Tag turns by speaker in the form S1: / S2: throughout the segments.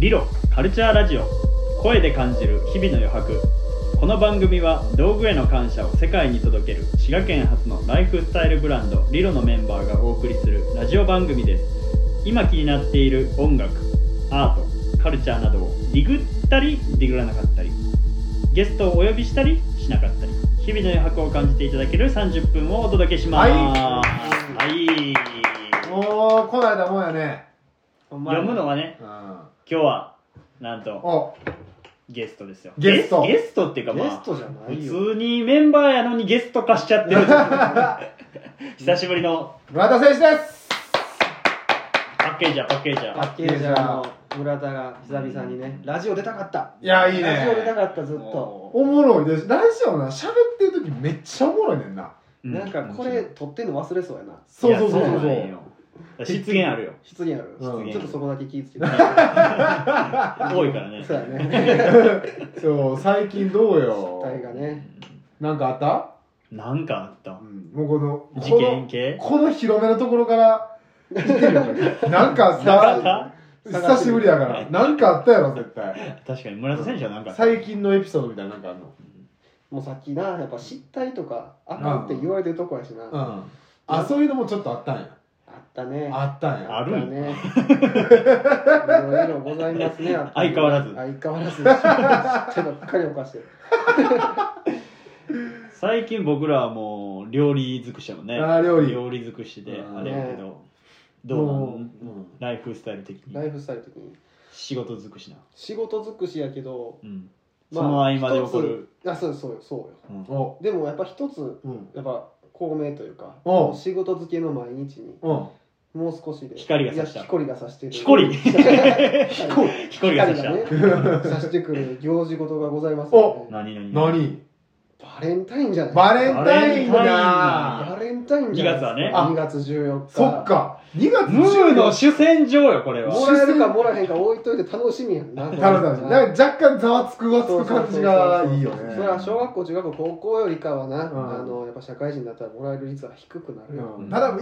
S1: 理論カルチャーラジオ声で感じる日々の余白この番組は道具への感謝を世界に届ける滋賀県発のライフスタイルブランドリロのメンバーがお送りするラジオ番組です今気になっている音楽アートカルチャーなどをディグったりディグらなかったりゲストをお呼びしたりしなかったり日々の余白を感じていただける30分をお届けします
S2: は
S1: はい、
S2: おー、こないだもんやね。
S1: 読むのはね
S2: うん。
S1: 今日はなんと
S2: お、
S1: ゲストですよ
S2: ゲスト
S1: ゲストっていうかまあ
S3: ゲストじゃないよ。
S1: 普通にメンバーやのにゲスト化しちゃ ってる久しぶりの
S2: 村田選手です
S1: パッケージャーパッケージャ
S3: パ
S1: ー
S3: ッケージャーの村田が久々にね、ラジオ出たかった。
S2: いや、いいね。
S3: ラジオ出たかった、ずっと。
S2: おもろいです。ラジオな、喋ってる時めっちゃおもろいねんな。
S1: う
S3: なんかこれ撮ってんの忘れそうやな。
S2: そうそうそう
S1: いや
S2: そう。
S1: なんよだから失言あ るよ
S3: 失礼やろ。
S2: うん
S3: ちょっとそこだけ気ぃつけて。
S1: 多いからね
S3: そうやね。
S2: そう、最近どうよ。
S3: 大がね。
S2: なんかあった
S1: なんかあった
S2: うん。もうこの、
S1: 事件系
S2: この、この広めのところから、行ってるよこ れなんかあっ
S1: なん
S2: た
S1: か
S2: 久しぶりやから。なんかあったやろ、絶
S1: あ
S2: 対。
S1: った確かに村田選手はなんか
S2: 最近のエピソードみたいななんかあんの
S3: もうさっきな、やっぱ失態とか、あかんって言われてるとこやしな。あ
S2: うん。あ、そういうのもちょっとあったんや。
S3: ったね。
S2: あったんや。
S1: あるん
S3: あった ね。いろいろございますね。
S1: 相変わらず
S3: 相変わらず。ちょっとばっかりおかしてる。
S1: 最近僕らはもう料理尽くしやもんね
S2: あー料理。
S1: 料理尽くしで
S2: うん
S1: あれやけどどうな
S2: も
S1: の
S2: うん
S1: ライフスタイル的
S3: ラ
S1: に
S3: イフスタイル的に。
S1: 仕事尽くしな
S3: 仕事尽くしやけど、
S1: うん
S3: ま
S1: そ
S3: あ
S1: の合間で起こる
S3: あそうそうよそうよ
S1: うん
S2: お
S3: でもやっぱ一つ
S2: うん
S3: やっぱ孔明というか
S2: おう
S3: 仕事漬けの毎日に
S2: うん
S3: もう少しで
S1: 光が差した
S3: いや光が差してる
S1: ひこりひ
S3: 光
S1: こりがさした
S3: ね差してくる行事事がございます
S2: お
S3: ので
S1: 何何
S2: 何
S3: バレンタインじゃない
S2: バレンタイン
S1: バレンタイン
S2: だ
S1: だ
S3: バレンタインじゃないですか
S1: 2月はね
S2: あ
S3: 2月14日
S2: そっか2月
S1: ムーの
S2: 14
S1: 主戦場よこれは
S3: もらえるかもらえへんか置いといて楽しみやんな
S2: 日頼む頼むだから若干ざわつくわつく感じがいいよね
S3: それは小学校中学校高校よりかはな、
S2: うん
S3: あのやっぱ社会人だったらもらえる率は低くなるよ、
S2: うんただい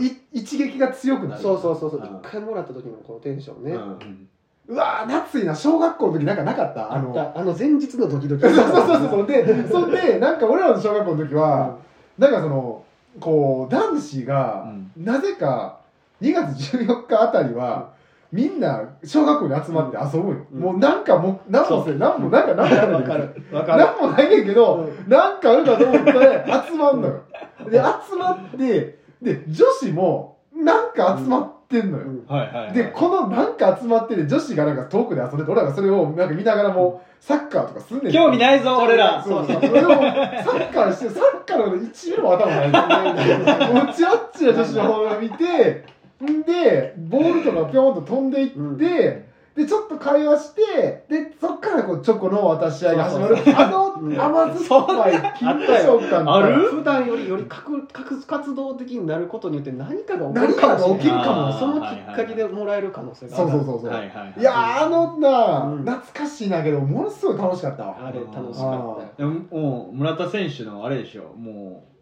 S2: 一撃が強くなる
S3: そうそうそうそう
S2: うん
S3: 一回もらった時のこのテンションね、
S2: うん
S1: うん
S2: うわー夏いな小学校の時なんかなかったあ
S3: あ
S2: の
S3: っ
S2: そう
S3: たあの前日のドキドキ
S2: そうそうそうでそんでなんか俺らの小学校の時はなんかそのこう男子
S1: う
S2: が
S1: ん
S2: なぜか2月14日あたりはみんな小学校に集まって遊ぶよ、
S3: うん
S2: もうなんかもう何もせん何もなんか何もな
S3: わ
S2: い
S3: かるわかる
S2: なんもないねんけど、なんかあるかと思ったら集まんのよ。で、集まって、で、女子も、なんか集まってんの
S3: う
S2: よ。
S3: ん
S1: はいはいはい
S2: で、このなんか集まってて、女子がなんか遠くで遊んでて、俺らがそれをなんか見ながらも、サッカーとかすんねん。
S1: 興味
S2: い
S1: ないぞ俺ら
S2: そうそう。俺もサッカーして、サッカーの一ミリも頭ない。もちあっちら女子の方を見て、んで、ボールとかぴょんと飛んでいって、
S3: うん
S2: で、ちょっと会話して、で、そっからこうチョコの渡し合いが始まる
S3: そ。
S2: あ
S3: うん
S2: の甘酸っぱい緊張感
S1: ある
S3: 普段よりより活活活動的になることによって何かが起こ
S2: 何
S3: る
S2: か
S3: か
S2: が
S3: もしれ
S2: 起
S3: ない
S2: きるか
S1: あ
S2: も。
S1: ー
S3: そのきっかけでもらえる可能性があ
S2: そ
S3: る
S2: うそうそうそう。
S1: はい
S2: い
S1: はいはい
S2: やーあのな、
S3: うん
S2: 懐かしいなけど、ものすごい楽しかったわ。
S3: あれ楽しかったよ
S1: でももう村田選手のあれでしょもう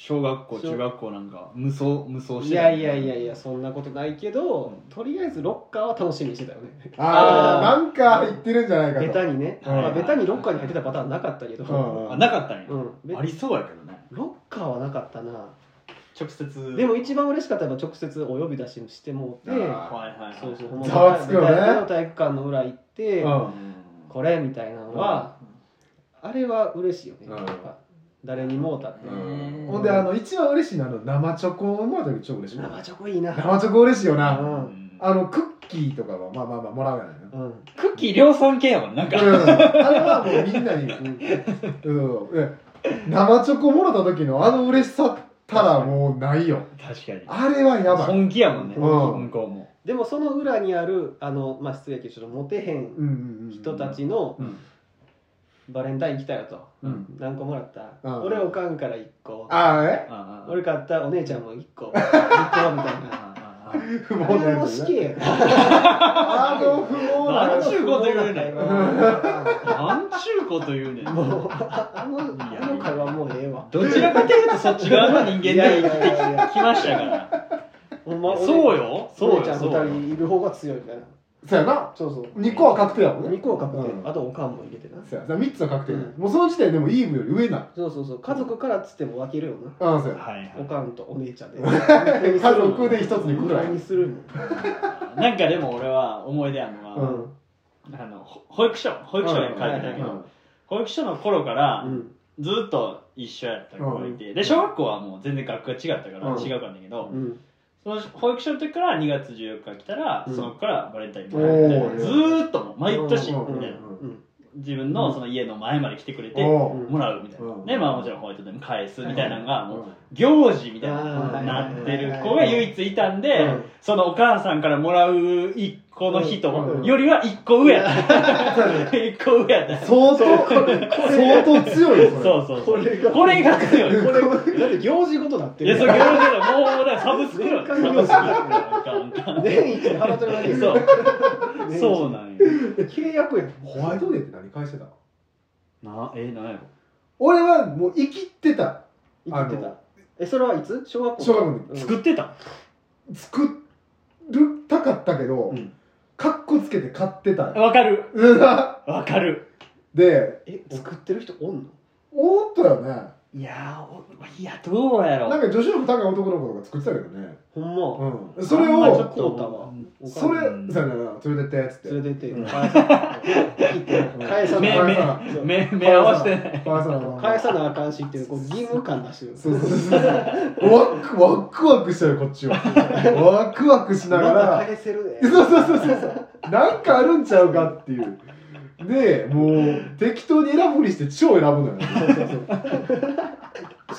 S1: 小学校
S3: そう
S1: 中学校なんか無双無双し
S3: い
S1: て
S3: やいやいや
S1: や
S3: いやそんなことないけどとりあえずロッカーは楽しみにしてたよね
S2: あ
S1: あ
S2: ーなんか入ってるんじゃないかと。
S3: ベタにね、
S2: うん
S3: まあベタにロッカーに入ってたパターンなかったけど、
S2: うんうん
S1: あなかったんや
S3: うんべ
S1: ありそうやけどね
S3: ロッカーはなかったな
S1: 直接
S3: でも一番嬉しかったのは直接お呼び出しもしてもうて
S2: あ
S1: はいはいはい
S3: そうそうほんま
S2: ざわつくよね
S3: 体の体育館の裏行って、
S2: うん
S1: うん
S3: これみたいなのは、あれは嬉しいよね、
S2: うん
S3: やっぱ誰にもうたって、
S2: うんほんで、あの、一番嬉しいのは、あの生チョコをもらった時超嬉しい。
S3: 生チョコいいな
S2: 生チョコ嬉しいよな。
S3: うん
S2: あの、クッキーとかは、まあまあまあ、もらうやないな。
S3: うん
S1: クッキー量産系やもんなんか
S2: うん、あれはもうみんなに、
S3: うん
S2: うん、うん生チョコもらった時のあの嬉しさたらもうないよ。
S1: 確かに
S2: あれはやばい。
S1: 本気やもんね
S2: うん
S1: 向こうも
S3: でもその裏にあるあのまあ失礼やけどちょっとモテへん
S2: うんうんうん、
S3: 人たちの
S2: うん、
S3: バレンタイン来たよと、
S2: うん
S3: 何個もらった、
S2: うん
S3: 俺おかんから1個
S2: あ あ、え
S1: ああ
S3: 俺買ったお姉ちゃんも1個1 個みたいな
S1: ああ
S2: 不
S3: あ
S2: 毛な
S3: れ
S2: や
S3: も
S2: つ
S3: 死
S2: ね。
S3: 刑やな
S2: あの不毛なや
S1: なん
S2: つ
S1: ち。ゅうこと言うね
S3: ん
S1: なんちゅうこと言うねん
S3: もうああのあの会話もうええわ
S1: どちらかというとそっち側の人間
S3: いや
S1: で
S3: いやいやいや
S1: 来ましたから
S3: ほんま
S1: そうよそう
S3: そう
S1: よ
S3: ちゃん
S1: そう
S3: 二
S1: よ
S3: 人いる方が強いみたいな
S2: そうやな
S3: そうそう
S2: 2個は確定やもんね
S3: 2個を確定、
S2: うん
S3: あとおかんも入れてな
S2: そうや3つは確定、
S3: うん
S2: もうその時点でもイーブより上な
S3: そうそうそう家族からっつっても分けるよな
S2: うんそうや
S1: はいはい
S3: おかんとお姉ちゃんで
S2: 家
S3: 家
S2: 族で一つにく
S3: ぐ
S2: ら
S3: ら
S2: い
S3: いにするもん
S1: なんかでも俺は思い出あるの
S2: う
S1: は、
S2: ん
S1: あのほ保育所保育所に帰ってたけど、保育所の頃から
S3: うん
S1: ずっと一緒やった子がいて、で小学校はもう全然学科違ったから
S2: うん
S1: 違うかんだけど、
S3: うん
S1: その保育所の時から2月14日来たら、
S3: うん
S1: その子からバレンタインもらえ
S2: おー
S1: てずーっともう毎年、
S2: うんうん
S1: ね
S3: うん
S1: 自分のその家の前まで来てくれて、
S2: お
S3: うん
S1: もらうみたいな、
S2: うん
S1: ねまあもちろんホワイトでも返すみたいなのが
S2: ー
S1: もう行事みたいな
S3: あー
S1: なってる
S3: はいはい
S1: 子が唯一いたんで、
S3: うん
S1: そのお母さんからもらう一個の人
S2: うん
S1: よりは一個上やった一個上やった
S2: 相当相当強いよそれ
S1: そうそう
S3: こ
S1: そう
S3: れが
S1: これが強い
S3: これだって行事ごとなって
S1: いや
S3: る
S1: そう行事だもうもうだからサブスクよ
S3: 全
S1: サ
S3: 然
S1: ブスクあかんあかん
S3: 年一払ってるだけや
S1: そう
S3: 年一
S1: そうなんや
S3: 契約やん
S2: ホワイトデーって何返してたの
S1: なえなんやろ
S2: 俺はもう生きてた
S3: 言ってたえそれはいつ小学校
S2: 小学校
S3: うん
S1: 作ってた
S2: 作るたかったけど、
S1: うん
S2: カッコつけて買ってた
S1: わかる
S2: うんな
S1: わかる
S2: で
S3: え作ってる人おんの
S2: おったよね
S1: いやーおいやどうやろ
S2: なんか女子力高い男の子とか作ってたけどね、
S3: ほんま
S2: うん、それ
S1: あんまちょ
S2: を
S1: っ
S3: こうたわおかん
S2: それ
S1: うん
S2: そうやな連れてってっつって
S3: 連れてって
S1: うん
S3: 返さな切って返さ
S1: 目
S3: な
S1: 目
S3: そう
S1: 目目合わせて ない
S2: 返さな
S3: 返さなあかんしっていうこう義務感出してる
S2: そうそうそうそうワクワクワクしたよこっちはワクワクしなが
S3: また
S2: ら
S3: 返せるね
S2: そうそうそうそうそうなんかあるんちゃうかっていうでもう適当に選ぶふりして超選ぶのよ
S3: そうそうそう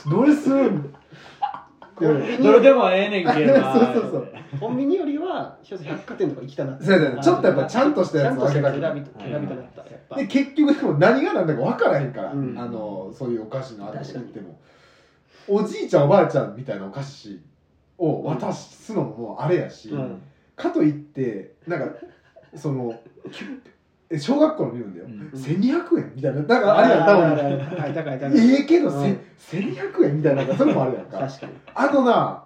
S2: どれすんいやいや
S1: どれでもええねんけどな
S2: そうそうそう
S3: コンビニよりは一つ百貨店とか行きたなって
S2: そうやねちょっとやっぱちゃんとしたやつを開けたく
S3: ち
S2: な
S3: ゃ
S2: る
S3: んとしたやつ選び選びたかったやっぱ
S2: で結局でも何が何だか分からへんから、
S3: うん
S2: あのそういうお菓子のあれ
S3: 確かに
S2: ってもおじいちゃんおばあちゃんみたいなお菓子を渡すのももうあれやし、
S3: うん
S2: かといってなんかそのきえ小学校の見るんだよ、
S1: うん
S2: 1200円みたいななんかあれやん多分
S3: 分高い高い高い
S2: ええけど、
S3: うん
S2: せ1200円みたいななんかそれもあるやんか
S3: 確かに
S2: あとな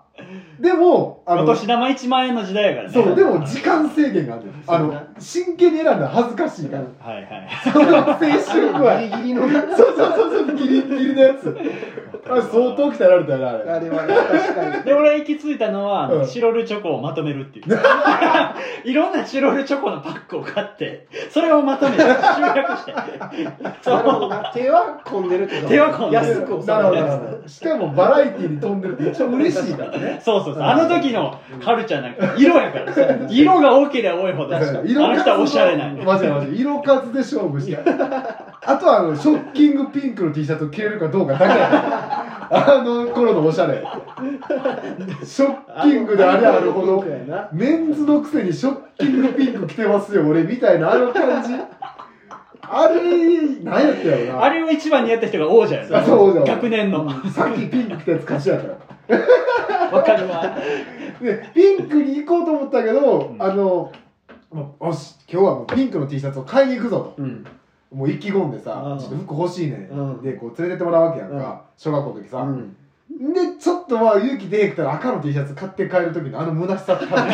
S2: でもあ
S1: お
S2: の
S1: 年玉1万円の時代やからね
S2: そうでも時間制限があるのよあ
S3: そう
S2: の
S3: だ
S2: 真剣に選んだら恥ずかしいから
S1: はいはい
S2: その青春具合
S3: ギリギリのな
S2: そうそうそうそうギリギリのやつあれ相当鍛えられたよなあれ
S3: あれはね確かに
S1: で俺行き着いたのは、あの
S2: うん
S1: チロルチョコをまとめるっていう いろんなチロルチョコのパックを買ってそれをまとめて集約してそ
S3: なるほど
S1: う
S3: な手は混んでるけど
S1: 手は混んでる
S3: 安く収
S2: な
S3: ま
S2: るほ
S3: る
S2: ど
S3: や
S2: なるほどしかもバラエティーに飛んでるって一応嬉しいからね
S1: そうそうそうあの時のカルチャーなんか色やから色が多ければ多いほどあ
S2: 確か
S1: の
S2: に色
S1: 人はおしゃれなんや
S2: マジでマジで色数で勝負して あとはあのショッキングピンクの T シャツを着れるかどうかだけだあの頃のおしゃれショッキングであれあるほど
S3: ピンクやな
S2: メンズのくせにショッキングピンク着てますよ俺みたいなあの感じあれ何やったやろな
S1: あれを一番にやった人が王者や
S2: あそう王者
S1: 学年の
S2: さっきピンク着たやつ勝ちやから
S1: わかるわ
S2: でピンクに行こうと思ったけど、
S1: うん
S2: あのもうよし今日はもうピンクの T シャツを買いに行くぞと
S3: うん
S2: もう意気込んでさ
S3: う、ん
S2: ちょっと服欲しいね、
S3: うん
S2: でこう連れてってもらうわけやんか、小学校の時
S3: う
S2: さ、
S3: ん
S2: でちょっとまあ勇気出てきたら赤の T シャツ買って帰る時のあの虚しさったの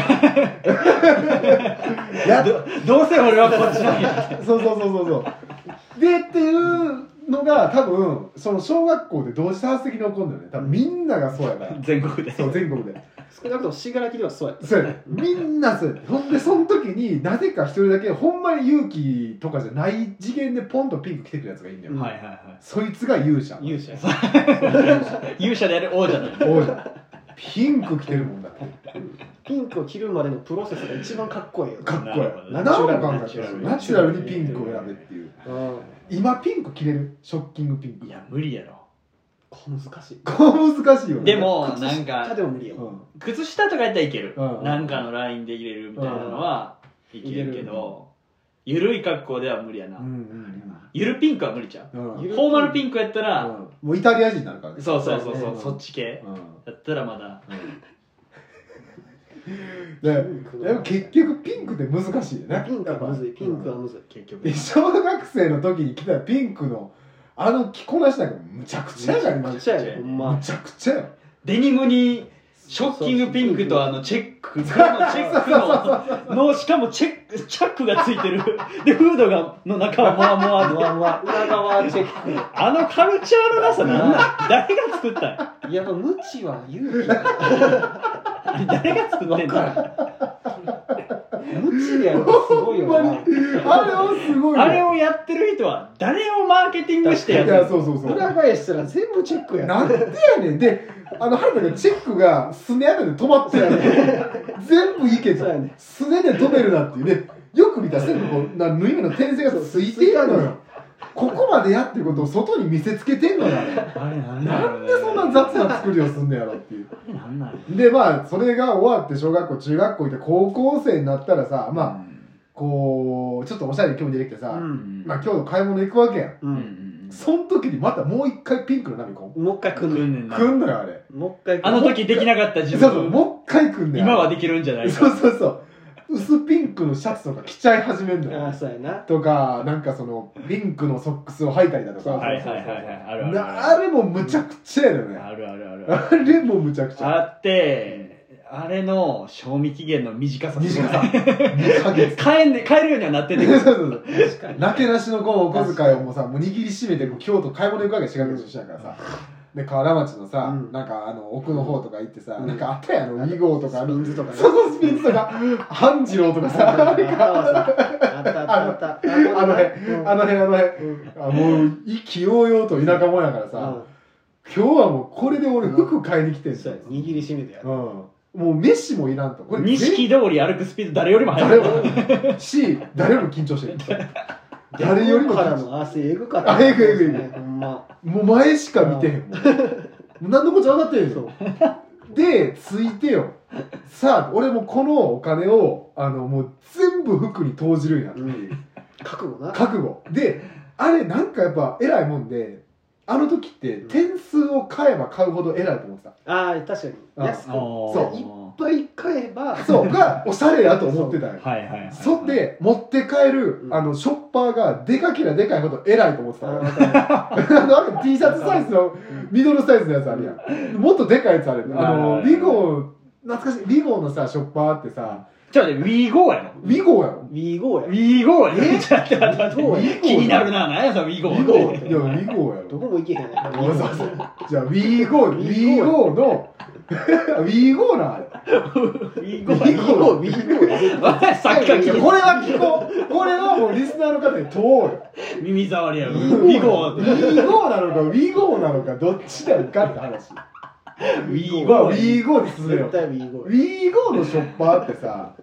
S2: やっ
S1: どどうせ俺はこっちなんや
S2: そうそうそうそうそうでっていうのが多分その小学校で同時多発的に起こるんだよね多分みんながそうやから
S1: 全国で
S2: そう全国で
S3: 少なくとも信楽ではそうやった
S2: そうやねみんなそうやねほんでその時になぜか一人だけほんまに勇気とかじゃない次元でポンとピンク着てくるやつがいいんだよ、
S1: はいはいは
S2: そいつが勇者
S3: 勇者や
S1: い勇者である王 者だよ
S2: おいピンク着てるもんだって
S3: ピンクを着るまでのプロセスが一番かっこいいよ
S2: かっこ
S1: なるほ
S2: いい
S1: ど
S2: 何も考
S1: ナ
S2: えて
S1: チュラル
S2: ナチュラルにピンクを選べっていう
S3: うん
S2: 今ピンク着れるショッキングピンク
S1: いや無理やろ
S3: 小難しい
S2: こう難しいよね
S1: でもなん
S3: 下
S1: か
S3: でも無理や
S2: う
S3: もん
S2: ん
S1: 靴下とかやったらいける、
S2: うん
S1: なんかのラインで入れるみたいなのはいけるけど、ゆるい格好では無理やな、
S2: うんうん
S1: ゆるピンクは無理ちゃう
S2: うんうん
S3: ゆる
S1: フォーマルピンクやったら、
S2: もうイタリア人になるからね
S1: そうそうそうそう、
S3: うん
S1: そっち系
S2: うん
S1: やったらまだ
S2: ででも結局ピンクって難しいよね
S3: ピンクはむずいピンクはむずい
S1: 結
S2: う
S1: 局
S2: んで小学生の時に着たピンクのあの着こなしなんかむちゃくちゃやから今
S3: めっちゃやでほんま
S2: むちゃくちゃや
S1: デニムにショッキングピンクとあのチェック、黒のチェックの、の、しかもチェック、チャックがついてる。で、フードが、の中はモワモワ
S3: も
S1: の。
S3: わもわ裏側チェック
S1: あのカルチャーのなさなんなん誰が作ったんや
S3: いやっぱ無知は勇気
S1: あれ誰が作ってんの
S3: 無知でやるのすごいよな
S2: あれはすごいよ
S1: あれをやってる人は誰をマーケティングしてやっ
S2: い
S1: てる
S2: やそうそうそう
S3: 裏返したら全部チェックや
S2: なんでやねんであの原田がチェックがすね穴で止まってやねん全部いけと
S3: そうやね
S2: すねで止めるなっていうねよく見たら全部こうな縫い目の点線がついているのよここまでやってることを外に見せつけてんのよ
S1: あれなんだ
S2: な
S1: ろうんね
S2: でそんな雑な作りをすんのやろっていう
S1: あれなんなんやろ
S2: でまあそれが終わって小学校中学校行って高校生になったらさまあこうちょっとおしゃれに興味出てきてさ、
S1: うん
S2: まあ今日の買い物行くわけやん
S3: う
S1: うんうんん
S2: その時にまたもう一回ピンクの波こ
S3: もう一回
S1: く
S3: 来
S1: ん
S3: る
S1: ねん
S2: う
S1: な
S2: 来んのよあれ
S3: もう一回来る
S1: あの時できなかった自
S2: そうそう
S1: 分
S2: もう一回来んねん
S1: 今はできるんじゃない
S2: そう
S1: か
S2: そうそう薄ピンクのシャツとか着ちゃい始めんの
S3: ああ
S2: よ
S3: そうやな
S2: とかなんかそのピンクのソックスを履いたりだとか
S3: そう
S1: はいはいはいはいあるある
S2: なあれもむちゃくちゃやだよね
S1: あるあるあるある
S2: あれもむちゃくちゃ
S1: あってあれの賞味期限の短さ
S2: 短 さ2ヶ月
S1: 変えんね変えるようにはなってん
S2: そ
S1: ね
S2: うん
S1: けど
S2: そうそう
S3: 確かに
S2: なけなしのこうお小遣いをもうさもう握りしめてこう京都買い物行くわけ滋賀県の人やからさ、で河原町のさ、
S3: うん
S2: なんかあの奥の方とか行ってさ、
S3: うん
S2: なんかあったやろ2号とかあの
S3: スピンズとかね
S2: そうそうスピーツとか半次郎とかさ
S3: あったあったあったあった
S2: あの辺あの辺あの辺
S3: うんうん
S2: あもう意気揚々と田舎もんやからさ、今日はもうこれで俺服買いに来て
S3: うんん
S2: す
S3: そう
S2: よ
S3: や握りしめてや
S2: う
S3: る
S2: ん、もう飯もいらんとこれ
S1: 錦通り歩くスピード誰よりも速
S2: 誰
S1: い
S2: もし誰よりも緊張してる誰よりも緊張
S3: からの汗えぐかった
S2: あえぐえぐえぐ
S3: ほんま
S2: もう前しか見てへんもう何のこっちゃ分かってへん
S3: そう
S2: よでついてよさあ俺もこのお金をあのもう全部服に投じるんや
S3: うん覚悟な
S2: 覚悟であれなんかやっぱ偉いもんであの時って点数を買えば買うほど偉いと思ってたいっ
S3: ああ確か
S2: うん
S3: に安くいっ
S1: そ
S3: ぱい買えば
S2: そ うがおしゃれやと思ってたんよ
S1: はいはいはい
S2: そって持って帰る、
S3: うん
S2: あのショッパーがでかけりゃでかいほど偉いと思って
S3: あ
S2: たの
S3: ーわかる
S2: あのあの T シャツサイズのミドルサイズのやつあるやんもっとでかいやつあるやんあ
S1: は
S2: の
S1: いはいはい
S2: リゴ懐かしいリゴのさショッパーってさ
S1: ちょっと待って WeGo やろ
S2: リゴやろ
S3: WeGo や
S1: WeGo や
S2: え
S1: ろちょっと待って待って
S2: WeGo
S1: 気になるな何やその
S2: リ
S1: WeGo
S2: ゴ
S1: っ
S2: い
S1: て
S2: やリゴやろ
S3: どこも行けへん
S2: そうそうそうじゃあ WeGoWeGo の WeGo なあれ
S3: WeGoWeGo WeGo
S1: さっきから
S2: い
S1: 聞
S2: や
S1: い
S2: これは聞こうこれはもうリスナーの方に問おうよ
S1: た耳障りやろ WeGo って
S2: WeGo なのか WeGo なのかどっちだよかって話ま
S1: WeGo
S2: あ WeGo に進めよ
S3: 絶
S2: う
S3: 対 WeGo
S2: WeGo のショッパーってさ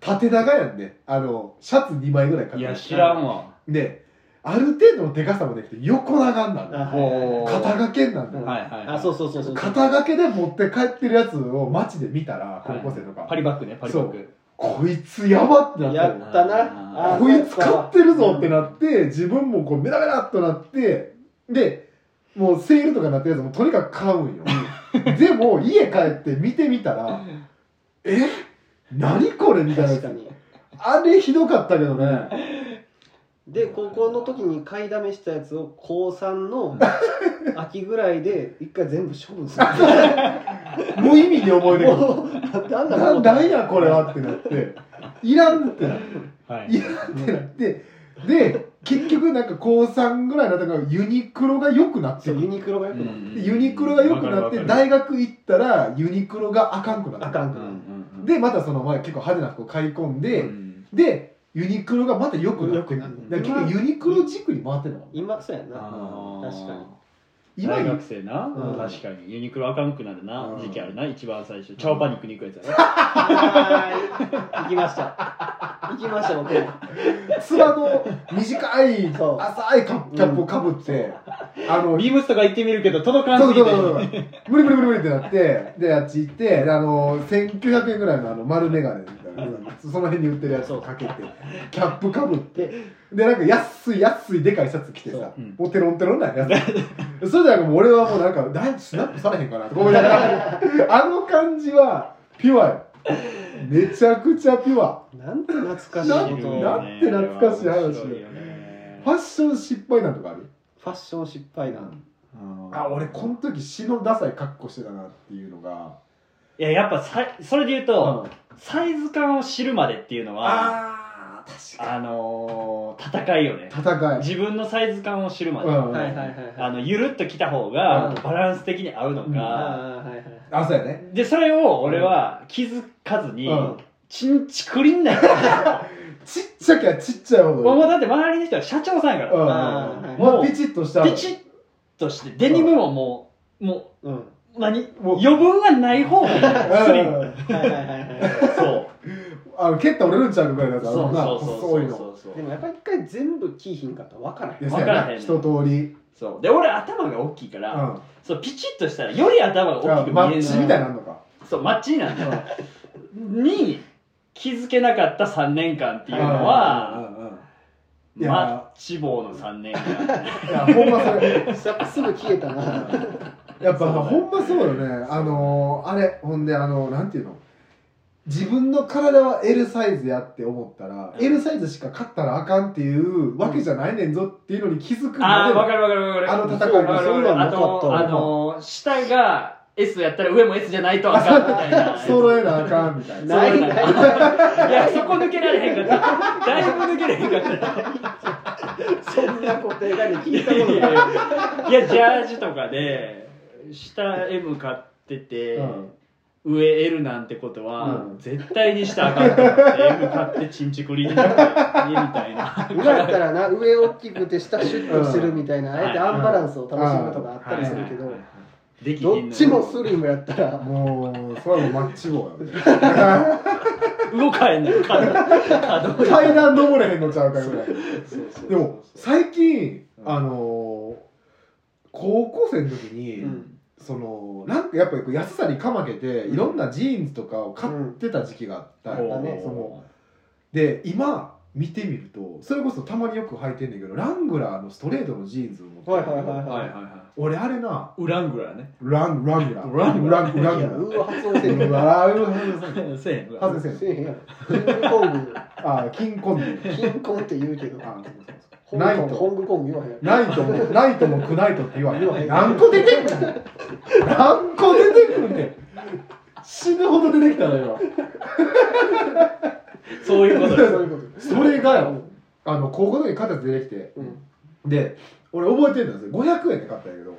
S2: 縦長やんねあのシャツ2枚ぐらいか
S1: いや
S2: け
S1: 知らんわ
S2: てである程度のでかさもできて横長になる
S3: あ
S2: の
S3: はいはいはい
S1: おー
S2: 肩掛けになるの
S1: はいはい
S3: あそうそうそうそう
S2: 肩掛けで持って帰ってるやつを街で見たら高校生とか、
S1: パリバッグねパリバッグ
S2: こいつやばってなった
S3: や
S2: よ
S3: ったなあー
S2: こいつ買ってるぞってなって自分もこうメラメラっとなってでもうセールとかなってるやつもとにかく買うんよでも家帰って見てみたらえ何これみたいなや
S3: 確
S2: つ
S3: かに
S2: あれひどかったけどね
S3: で高校の時に買いだめしたやつを高3の 秋ぐらいで一回全部処分する
S2: 無意味に思い出が
S3: もうだってあ んな
S2: な
S3: もん
S2: なんやこれはってなっていらんってなって
S1: はい
S2: いらんってなってで結局なんか高3ぐらいの時からユニクロが良くなって
S3: そ
S2: く
S3: う
S2: る
S3: ユニクロがよくなる
S1: うん
S2: でユニクロが良くな
S1: わ
S2: っ
S1: か
S2: て
S1: るわかる
S2: 大学行ったらユニクロがあかんくな
S3: あ
S2: った
S3: か
S1: う
S3: んく
S1: ん
S3: な
S1: う
S3: る
S1: んうん
S2: でまたその、まあ、結構派手な服を買い込んで、
S1: うん
S2: でユニクロがまた良くなって
S3: 良くなる
S2: だから結局ユニクロ軸に回ってるの
S3: 今そうやんな
S1: あー
S3: 確かに
S2: 今
S1: 大学生な、
S3: うん
S1: 確かにユニクロあかんくなるな、
S2: うん
S1: 時期あるな一番最初チャオパニックに行くやつや
S3: はーい行きました行きました僕も
S2: つばの短い
S3: そう
S2: 浅いカップキャップをかぶって、あの
S1: なビームスとか行ってみるけど届かん
S2: そ
S1: す
S2: う
S1: ぎ
S2: そう
S1: て
S2: そうそう無理無理無理無理ってなってであっち行ってであの1900円ぐらいのあの丸眼鏡みたいな、その辺に売ってるやつをかけてキャップかぶってでなんか安い安いでかいシャツ着てさ、
S1: そううん
S2: もうテロンテロンなんやつそれでなんかもう俺はもうなんか何スナップされへんかなとか思いながらあの感じはピュアよめちゃくちゃピュア
S3: なんて懐かしい
S2: な
S3: こ
S2: ん
S3: とを
S2: な
S3: フ
S2: んて懐かしい話
S1: 面白よね
S2: ファッション失敗なんとかある
S3: ァッション失敗談
S1: うん
S2: あ俺この時死のダサい格好してたなっていうのが
S1: いややっぱさいそれで言うと、
S2: あ
S1: サイズ感を知るまでっていうのはあ
S2: あー確
S1: のー戦いよね
S2: かに戦い
S1: 自分のサイズ感を知るまで、
S2: うん
S3: はいはいはいはい
S1: あのゆるっと着た方が
S3: うん
S1: バランス的に合うのか、
S3: あーはいはい
S2: あそうやね
S1: でそれを俺は気づかずに、
S2: うん
S1: ちんちくりんない
S2: ちっちゃきゃちっちゃいほど
S1: もうだって周りの人は社長さんや
S2: う
S1: か
S2: ん
S3: あーはい
S1: ん
S2: もうピチッとした
S1: らピチッとしてデニムももうも
S3: うん
S1: う何
S2: もう
S1: 余分はない 方がいいスリム
S2: うん
S3: はいはいはいはい
S1: そう
S2: あの蹴ったら折れるんちゃうぐらいだ
S1: そう
S2: から
S1: そう
S2: な
S1: そ
S2: 細いうの
S1: そうそう
S3: でもやっぱ一回全部キーひんかったら分からへん
S2: で
S1: わ
S2: そう
S1: からへん
S2: やな一通り
S1: そうで俺頭が大きいか
S2: う
S1: ら、
S2: ん
S1: そうピチッとしたらより頭が
S2: じゃ
S1: 大
S2: あ
S1: きく
S2: マ
S1: 見え
S2: ッ
S1: る
S2: チみたいになるのか
S1: そうマッチになるに気づけなかった3年間っていうの
S2: うん
S1: は、
S2: うんうんうんいや
S1: マッチ棒の3年 間
S2: いやほんまそれ
S3: やっぱすぐ消えたな
S2: やっぱほんまそうよねあのーあれほんであのなんていうの自分の体は L サイズやって思ったら、
S1: うん
S2: L サイズしか勝ったらあかんっていうわけじゃないねんぞっていうのに気づく
S1: ああ分
S2: ま
S1: かる分かる分かる
S2: あの戦いも
S1: わかるわかる
S3: そんなんなかった
S1: あ
S3: わ
S1: とあの下が S やったら上も S じゃないとあかんみたいな
S2: で揃えなあかんみたいな
S1: そう
S3: ないない
S1: いやそこ抜けられへんかった だいぶ抜けられへんかった
S3: そんな固定概念
S1: い
S3: 聞
S1: や
S3: いたこと
S1: い
S3: ない
S1: やいやジャージとかで下 M 買ってて、
S2: うん
S1: 上 L なんてことは、
S2: うん
S1: 絶対にしたらあかんと思って M 買ってチンチクリになって家みたいな
S3: 裏やったら な上大きくて下シュッとしてるみたいな、
S1: うん
S3: あえてアンバランスを楽しむとかあったりするけど、
S1: はいはいはいできひんの
S3: どっちもスリムやったら、
S2: もうそれはもうマッチ棒やね
S1: 動かへんのよ角角
S2: 階段登れへんのちゃうかぐらいでも最近
S1: うん
S2: あのー高校生の時に、
S3: うん
S2: そのなんかやっぱりこう安さにかまけて、
S3: うん
S2: いろんなジーンズとかを買ってた時期があったんや
S3: だね
S2: そので今見てみるとそれこそたまによく履いてんだけどラングラーのストレートのジーンズを持ってる
S3: はいはいはい
S1: はいはいは
S2: 俺あれない
S1: ウラングラね
S2: ランラングラー
S1: ラングラ
S2: ラングラ
S3: いや
S2: ー
S3: うわ発音せえへん
S2: うわー
S1: せえへん
S2: 外せん
S3: せえへんやんキングコン
S2: あキンコン
S3: グ
S2: グ
S3: キンコンって言うけど
S2: あそうそうそう
S3: ホン
S2: ナイ
S3: グコン
S2: ト
S3: ホングコング言わへんやん
S2: ナイトもナイトもクナイトって言わへ
S3: 言わへ
S2: ん
S3: ん
S2: 何個出てくんねん何個出てくんねん死ぬほど出てきたの今
S1: そういうこと
S3: そう
S1: よ
S3: いうこと
S2: それがよ
S3: うん
S2: あの高校の時に肩出てきて
S3: うん
S2: で俺覚えてるんですよ500円で買ったんやけど、
S1: ん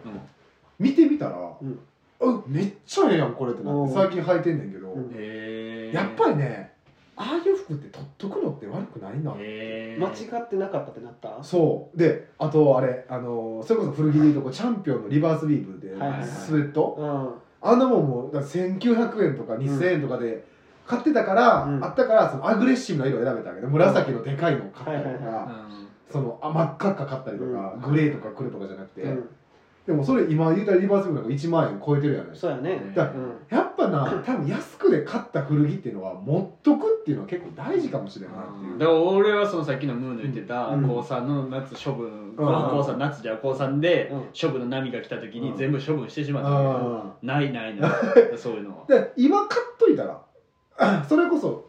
S2: 見てみたら、
S3: うん
S2: あめっちゃええやんこれってなっ
S3: うん
S2: て最近履いてんねんけど、
S3: うん
S1: へえ
S2: やっぱりねああいう服って取っとくのって悪くないな、
S1: へえ
S3: 間違ってなかったってなった
S2: そうであとあれあのそれこそ古着でいうとこうチャンピオンのリバースウィーブで
S3: はいはいはい
S2: スウェット、
S3: うん
S2: あんなもんもうだから1900円とか2000円とかで買ってたから、
S3: うん
S2: あったからそのアグレッシブな色を選べたけど紫のでかいのを買ったりとか、
S3: はいはい
S1: うん
S2: そのあ真っ赤っか買ったりとか、
S3: うん
S2: グレーとか黒とかじゃなくて、
S3: うん
S2: でもそれ今言うたらリバースブなんか1万円超えてるやない
S3: そうやね
S2: だ
S3: うん
S2: やっぱ な多分安くで買った古着っていうのは持っとくっていうのは結構大事かもしれないっていう、
S1: だから俺はそのさっきのムーの言ってた
S3: うん
S1: 高3の夏処分
S2: うん
S1: 高3夏じゃ高3で
S3: うん
S1: 処分の波が来た時
S2: う
S1: に
S2: ん
S1: 全部処分してしまったわ
S2: あ
S1: けないない ないそういうのは
S2: あで今買っといたら それこそ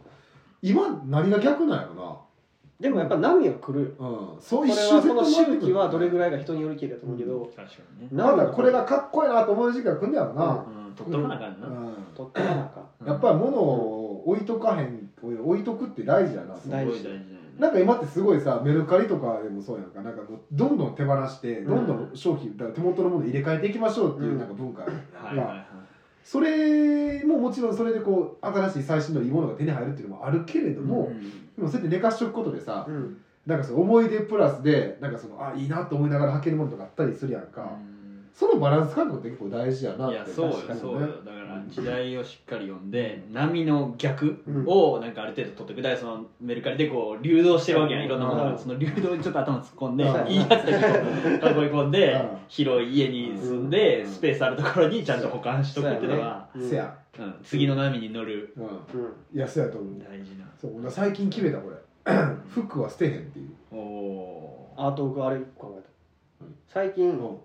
S2: 今何が逆なんやろ
S3: でもやっぱ波は来るよ
S2: な、うん、そう
S3: こ
S2: 一
S3: れ
S2: 瞬
S3: はその周期はどれぐ
S2: い
S3: らいが人によりきりだと思うけど
S1: 確かにね
S2: ま
S3: 波
S2: だ
S3: は
S2: これがかっこいいなと思う時期が来るんだろうな、
S1: うん取っとかなあかん
S2: う
S1: なん
S3: 取ってかなあかん
S2: やっぱり物を置いとかへん置いとくって大事だな
S1: すごい大
S3: 大
S1: 事
S3: 事
S1: だよね
S2: なんか今ってすごいさメルカリとかでもそうやんかなんかもうどんどん手放してどんどん商品、だから手元のもの入れ替えていきましょうっていううんなんか文化、
S1: はいはいはい
S2: それももちろんそれでこう新しい最新のいいものが手に入るっていうのもあるけれど
S1: う
S2: も、
S1: ん
S2: でもそうやって寝かしとくことでさ、
S3: うん
S2: なんかその思い出プラスでなんかそのあいいなと思いながら履けるものとかあったりするやんか、
S1: うん
S2: そのバランス感覚って結構大事やなっ
S1: い
S2: て
S1: やそうよ
S2: 確かにね
S1: そうよだから時代をしっかり読んで波の逆
S3: うん
S1: をなんかある程度取ってくだからそのメルカリでこう流動してるわけやんいろんなもの
S3: う
S1: が
S3: ん
S1: その流動にちょっと頭突っ込んで
S2: うん
S1: いいやつだけこう囲い込んで
S2: うん
S1: 広い家に住んで
S2: うん
S1: スペースあるところにちゃんと保管しとくっていうのが
S3: うん
S2: せや、
S1: うん次の波に乗る
S2: うん、
S3: うん
S2: いやそうやと思う
S1: 大事な
S2: そう俺最近決めたこれ服は捨てへんっていう、
S1: おおー
S3: あと僕あれ考えた
S2: うん
S3: 最
S2: う
S3: 近
S2: ん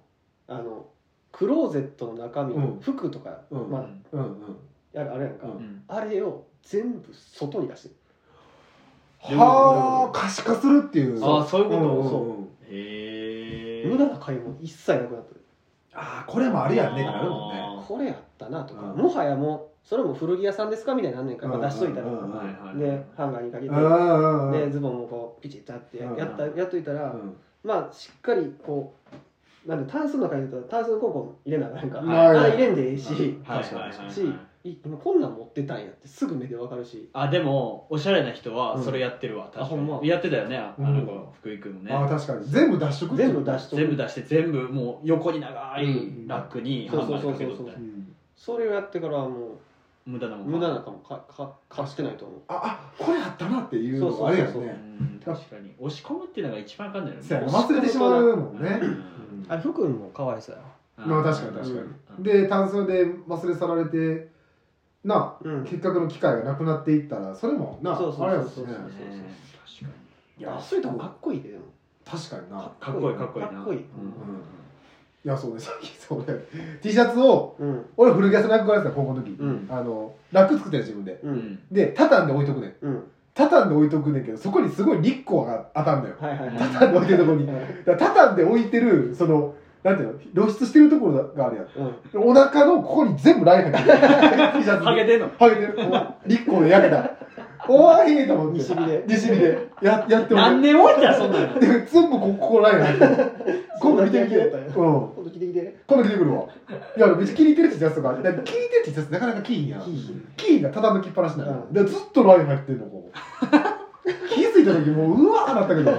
S3: あのクローゼットの中身、
S2: うん
S3: 服とか、
S2: うん
S3: ま
S2: うんうん
S3: あ、やるあれやんか、
S2: うん
S1: うん
S3: あれを全部外に出してる
S1: で
S2: は
S1: も
S2: あ可視化するっていう
S1: あーそういうこと
S2: んうんうん
S1: へえ
S3: 無駄な買い物一切なくなったで
S2: ああこれもあれやんねってなるもんね
S1: あー
S3: これやったなとか、
S1: うん
S3: もはやもうそれも古着屋さんですかみたいになんねんから、まあ出しといたら、
S2: うんうんうん
S1: はいはい
S3: でハンガーにかけて、
S2: うんうんう
S3: で
S2: ん
S3: ズボンもこうピチッとあってや,、
S2: うんうん
S3: ったやっといたら、
S2: うん
S3: まあしっかりこうなんでタンスの中に入れたらタンスのコンコン入れなあかんから、
S2: はい
S3: あ入れんでええし、
S1: はい
S2: 確かに
S1: はいはい
S3: しい今こんなん持ってたんやってすぐ目でわかるし
S1: あでもおしゃれな人は
S3: うん
S1: それやってるわ、確か
S3: ほんま
S1: にやってたよねああ
S2: う
S1: の
S2: ん
S1: 子福井君もね、
S2: ああ確かに全部脱色ってい
S3: 全
S2: う
S3: 部出しとく
S1: 全部出して全部もう横に長い
S3: うん
S1: ラックにハ
S3: そう
S1: ン
S3: そ
S1: ガ
S3: う
S1: ー
S3: そう
S1: かけと
S3: そう
S1: っ
S3: そう
S1: た
S2: うん
S3: それをやってからはも
S1: 無駄な
S3: う
S1: もん
S3: 無駄なかもかか貸してないと思う
S2: ああこれやったなっていうのがあれや
S3: そうそうそう
S1: う
S2: ね
S1: ん確かに押し込むっていうのが一番あかんじゃない
S2: そうやな
S1: 押し
S2: 忘れてしまうもんね
S1: う
S2: うん
S3: あれ福君もかわいそうや
S2: まあ確かに確かに、
S1: うん
S2: で単数で忘れ去られてな
S3: うん
S2: 結核の機会がなくなっていったらそれもな
S3: そうそうそ
S2: あ
S3: う
S2: れやもんね
S3: そうそうそう
S1: ね確か
S2: い
S3: いや
S2: や
S3: そういうとこかっこいいででも
S2: 確かにな
S1: にかっこいいかっこいいな
S3: かっこいい
S2: いやそうねさっきそう俺 T シャツを
S3: うん
S2: 俺古着屋さんに憧れてた高校の時、
S3: うん
S2: あのラック作ってる自分で
S3: う
S1: うん
S3: ん
S2: で畳んで置いとくねん
S3: うん
S2: 畳んで置いとくねんけどそこにすごい日光が当たんだよ
S3: はいはいはい
S2: 畳んで置いてるとこにだから畳んで置いてるそのなんていうの露出してるところがあるやん
S3: うん
S2: お腹のここに全部ライン入って る T シャツに
S1: ハゲてんの
S2: ハゲてる。もう日光で焼けた。おいと思って。
S3: 西日で
S2: 西日で。ややってもらう
S1: 何年置いたそんなの
S2: で全部こここらへん。今度見てみて。
S3: そんだけ焼けた
S2: うん
S3: よ。
S2: 今
S3: 今度着てきて
S2: 度来てくるわ。いや、めっちゃ気に入ってる T シャツとか、だから気に入ってる T シャツなかなかキーンやん。キーンが畳むきっぱなしなの。
S3: うん
S2: で、ずっとライン入ってるの、こう。気づいた時もう、うわーなったけど。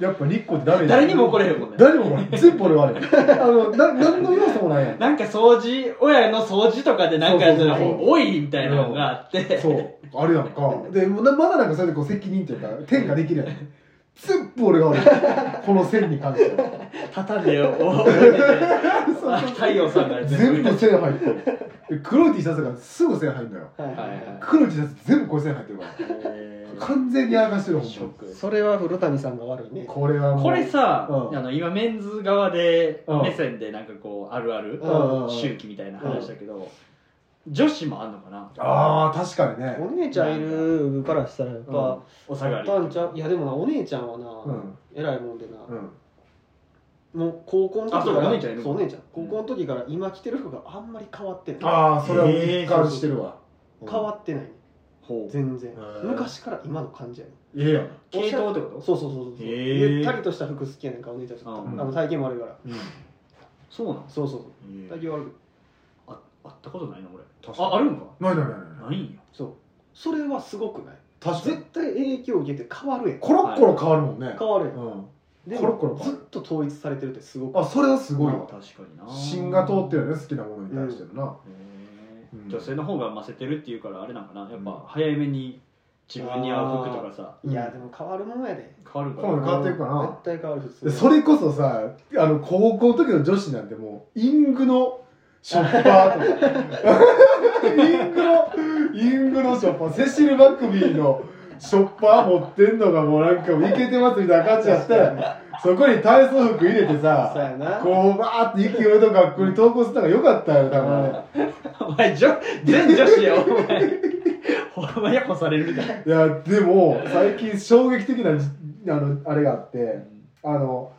S2: やっぱ日光ってダメ
S1: 誰にも怒れへんもんね
S2: 誰にも怒れん全部俺はね。あの、な、何の要素もないや ん。
S1: なんか掃除親の掃除とかでなんかやったら
S2: そうそうそう
S1: 多いみたいなのがあって
S2: そう、あるやんか。で、もうなまだなんかそれでこう責任というか、転嫁できるやん。全部俺が悪い。この線に関しては。
S1: 畳んでよ置いてて
S2: そう
S1: あ太陽さんから
S2: 全
S1: 全部
S2: 部線入ってる。で黒い T シャツがすぐ線入るのよ。
S3: はい
S1: はい
S2: 黒い T シャツ全部これ線入ってるから。完全にやらかしてる、ほん
S1: ショック
S3: それは古谷さんが悪い
S2: まに
S3: ね
S2: これはもう。
S1: これさ、
S2: うん
S1: あの今メンズ側で
S2: うん
S1: 目線でなんかこうあるある
S2: うんうんうん
S1: 周期みたいな話だけど、女子もあんのかな
S2: ああ、確かにね。
S3: お姉ちゃんいるからしたらやっぱ
S1: お下がり
S3: パンちゃんいやでもなお姉ちゃんは
S2: う。
S3: なん偉いもんでな
S2: うん。
S3: もう高校の時から
S1: あそうかお姉ちゃんいる
S3: そうお姉ちゃん高校の時から今着てる服があんまり変わってない
S2: ああ、それは一貫してるわ。
S3: 変わってない
S1: ほう
S3: 全然
S2: へー
S3: 昔から今の感じやね
S2: ええやん。
S1: 系統ってこと
S3: そうそうそうそう
S1: へー
S3: ゆったりとした服好きやねんからお姉ちゃんちょっと
S1: うん
S3: あの体型も悪いから
S1: うんそうなの
S3: そうそうそう体
S1: え
S3: 型悪い
S1: あ会ったことないな俺
S2: 確かに
S1: ああるんか
S2: ないないないない。
S1: ないんや
S3: そうそれはすごくない
S2: 確かに
S3: 絶。対影響を受けて変わるやん
S2: コロッコロ変わるもんね。
S3: 変わるやん
S2: う
S3: で
S2: コロコロ
S3: も
S2: 変わ
S3: ずっ
S2: る
S3: と統一されてるってすごく
S2: ん。あ、それはすごいわ。
S1: 確かにな
S2: 芯が通ってるよね好きなものに対してのな、
S1: へ
S2: う
S1: ー
S2: ん
S1: 女性の方がませてるっていうからあれなんかなやっぱ早めに自分に合う服とかさ
S2: うん
S3: いやでも変わるもんやで
S1: 変わるか
S2: そう
S1: ら
S2: 変わっていくかな
S3: 絶対変わる普
S2: で
S3: 通
S2: それこそさあの高校の時の女子なんてもうイングのショッパーとかイングのイングのショッパーセシル・マクビーのショッパー持ってんのがもうなんかイケてますみたいな感じやったらそこに体操服入れて
S3: そう
S2: さ
S3: やな
S2: こうバーって勢いと学校に投稿すたのがよかったよだからね
S1: お前じょ全女子やお前ほんまに干されるみたいない
S2: やでも最近衝撃的なじあのあれがあってあの